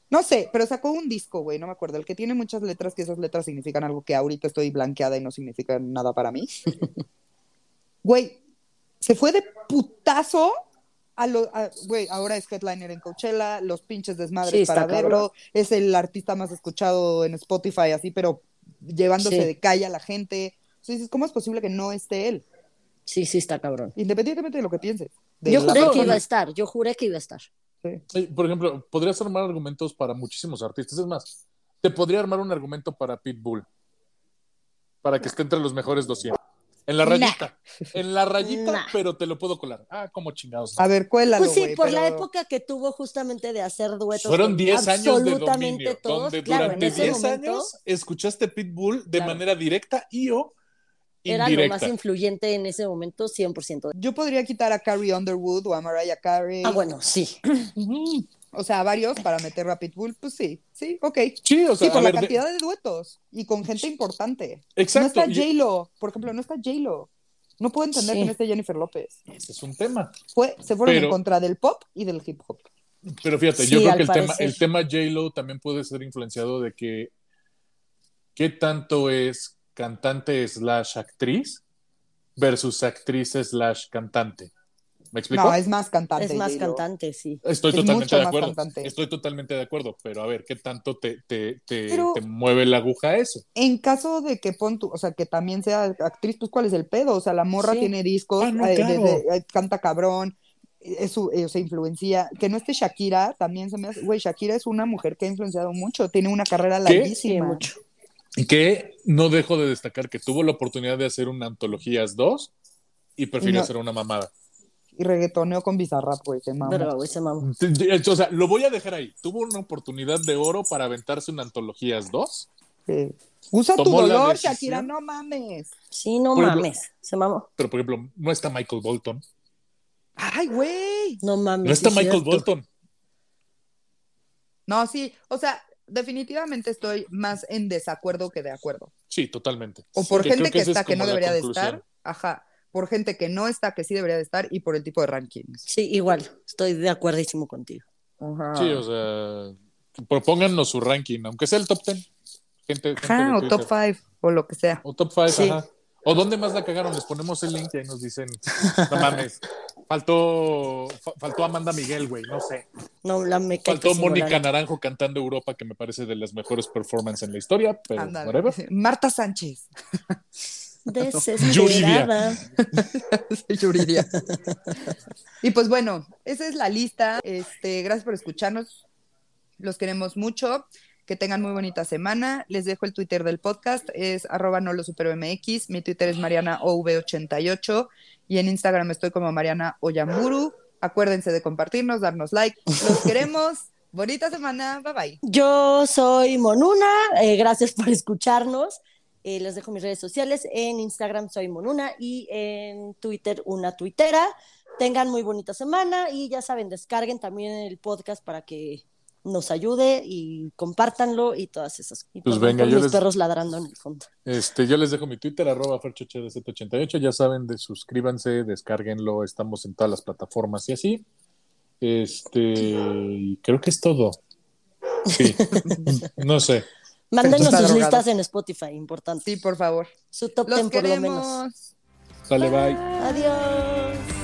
No sé, pero sacó un disco, güey, no me acuerdo. El que tiene muchas letras, que esas letras significan algo que ahorita estoy blanqueada y no significan nada para mí. Güey, se fue de putazo a lo. a- Güey, ahora es headliner en Coachella, los pinches
Sí,
desmadres
está
para
cabrón.
verlo. Es el artista más escuchado en Spotify, así, pero llevándose
Sí.
de calle a la gente. Entonces dices, ¿cómo es posible que no esté él?
Sí, sí está cabrón.
Independientemente de lo que pienses. De
Yo
la
juré que
persona.
iba a estar, yo juré que iba a estar.
Sí, Por ejemplo, podrías armar argumentos para muchísimos artistas. Es más, te podría armar un argumento para Pitbull. Para que esté entre los mejores 200. En la
Nah.
rayita. En la rayita,
Nah.
pero te lo puedo colar. Ah, como chingados.
A ver, cuélalo,
Pues sí,
güey,
por la
pero-
época que tuvo justamente de hacer duetos.
Fueron
con
10 años de
absolutamente
dominio.
todos,
donde
claro, en
durante
ese
10
momento,
años escuchaste Pitbull de
Claro.
manera directa y o
Era lo
Indirecta.
más influyente en ese momento, 100%.
Yo podría quitar a Carrie Underwood o a Mariah Carey,
Ah, bueno, sí.
o sea, a varios para meter a Pitbull, pues sí, sí, ok.
Sí, o
sí,
sea,
por
a
la
ver, de-
cantidad de... duetos y con gente importante.
exacto.
No está
y-
J-Lo, por ejemplo, no está J-Lo. No puedo entender
Sí.
que no esté Jennifer López.
ese es un tema.
Fue, se fueron
Pero-
en contra del pop y del hip hop.
Pero fíjate,
Sí,
yo creo
al
que el tema,
parecer.
el tema J-Lo también puede ser influenciado de que qué tanto es cantante slash actriz versus actriz slash cantante. ¿Me explico?
No, es más cantante.
Es más
J-Lo.
cantante, sí.
Estoy
es
totalmente
mucho
de
más
acuerdo.
cantante.
Estoy totalmente de acuerdo, pero a ver, ¿qué tanto te, te, te,
Pero-
te mueve la aguja eso?
En caso de que pon tu- o sea, que también sea actriz, pues ¿cuál es el pedo? O sea, la morra
Sí.
tiene discos,
Ah, no,
eh,
claro.
desde- eh, canta cabrón, es su- eh, se influencia. Que no esté Shakira, también se me hace, güey, Shakira es una mujer que ha influenciado mucho, tiene una carrera
¿Qué?
Sí,
larguísima.
mucho.
Que no dejo de destacar que tuvo la oportunidad de hacer una antologías 2 y prefirió
No.
hacer una mamada.
Y reggaetoneo con pues, Bizarrap, güey, se mama.
Pero, pues, güey, se mamó.
O sea, lo voy a dejar ahí. Tuvo una oportunidad de oro para aventarse una antologías 2
Sí. Usa tu
Tomó la
dolor,
decisión.
Shakira, no mames.
Sí, no
Por ejemplo-
mames. Se mamó.
pero por ejemplo, no está Michael Bolton.
Ay, güey.
No mames.
No está
sí,
Michael
cierto.
Bolton.
No, sí, o sea, definitivamente estoy más en desacuerdo que de acuerdo.
Sí, totalmente.
O por
Que
gente
creo
que,
esa
está
es
que no
como la
debería de
conclusión.
estar, ajá, por gente que no está que sí debería de estar y por el tipo de rankings.
Sí, igual. Estoy de acuerdísimo contigo.
Ajá.
Sí, o
Ah.
sea, propónganos su ranking, aunque sea el top 10. Gente, gente de
Ajá, Ah, o
Twitter.
top 5 o lo que sea.
O top 5,
Sí.
ajá. O dónde más la cagaron, les ponemos el link y ahí nos dicen, no mames, faltó, fa- faltó Amanda Miguel, güey, no sé.
No, la me cae
Faltó
pésimo, la
Mónica
neta.
Naranjo cantando Europa, que me parece de las mejores performances en la historia, pero
Ándale.
whatever.
Marta Sánchez.
Desesperada.
Yuridia. y pues bueno, esa es la lista. Este, gracias por escucharnos. Los queremos mucho. Que tengan muy bonita semana. Les dejo el Twitter del podcast. Es arroba no lo supero MX. Mi Twitter es MarianaOV88. Y en Instagram estoy como Mariana Oyamuru. Acuérdense de compartirnos, darnos like. Los queremos. Bonita semana. Bye bye.
Yo soy Monuna, eh, gracias por escucharnos. Eh, les dejo mis redes sociales. En Instagram soy Monuna y en Twitter una tuitera. Tengan muy bonita semana y ya saben, descarguen también el podcast para que nos ayude y compártanlo y todas esas cosas.
Pues venga, yo
mis
les-
perros ladrando en el fondo.
Este, yo les dejo mi Twitter, arroba ferchochedz88. Ya saben, de, suscríbanse, descárguenlo. Estamos en todas las plataformas y así. Este, y creo que es todo. Sí, no sé.
Mándenos
Está
sus
drogado.
listas en Spotify, importante.
Sí, por favor.
Su top
Los
ten por lo menos.
queremos.
Sale, bye.
Adiós.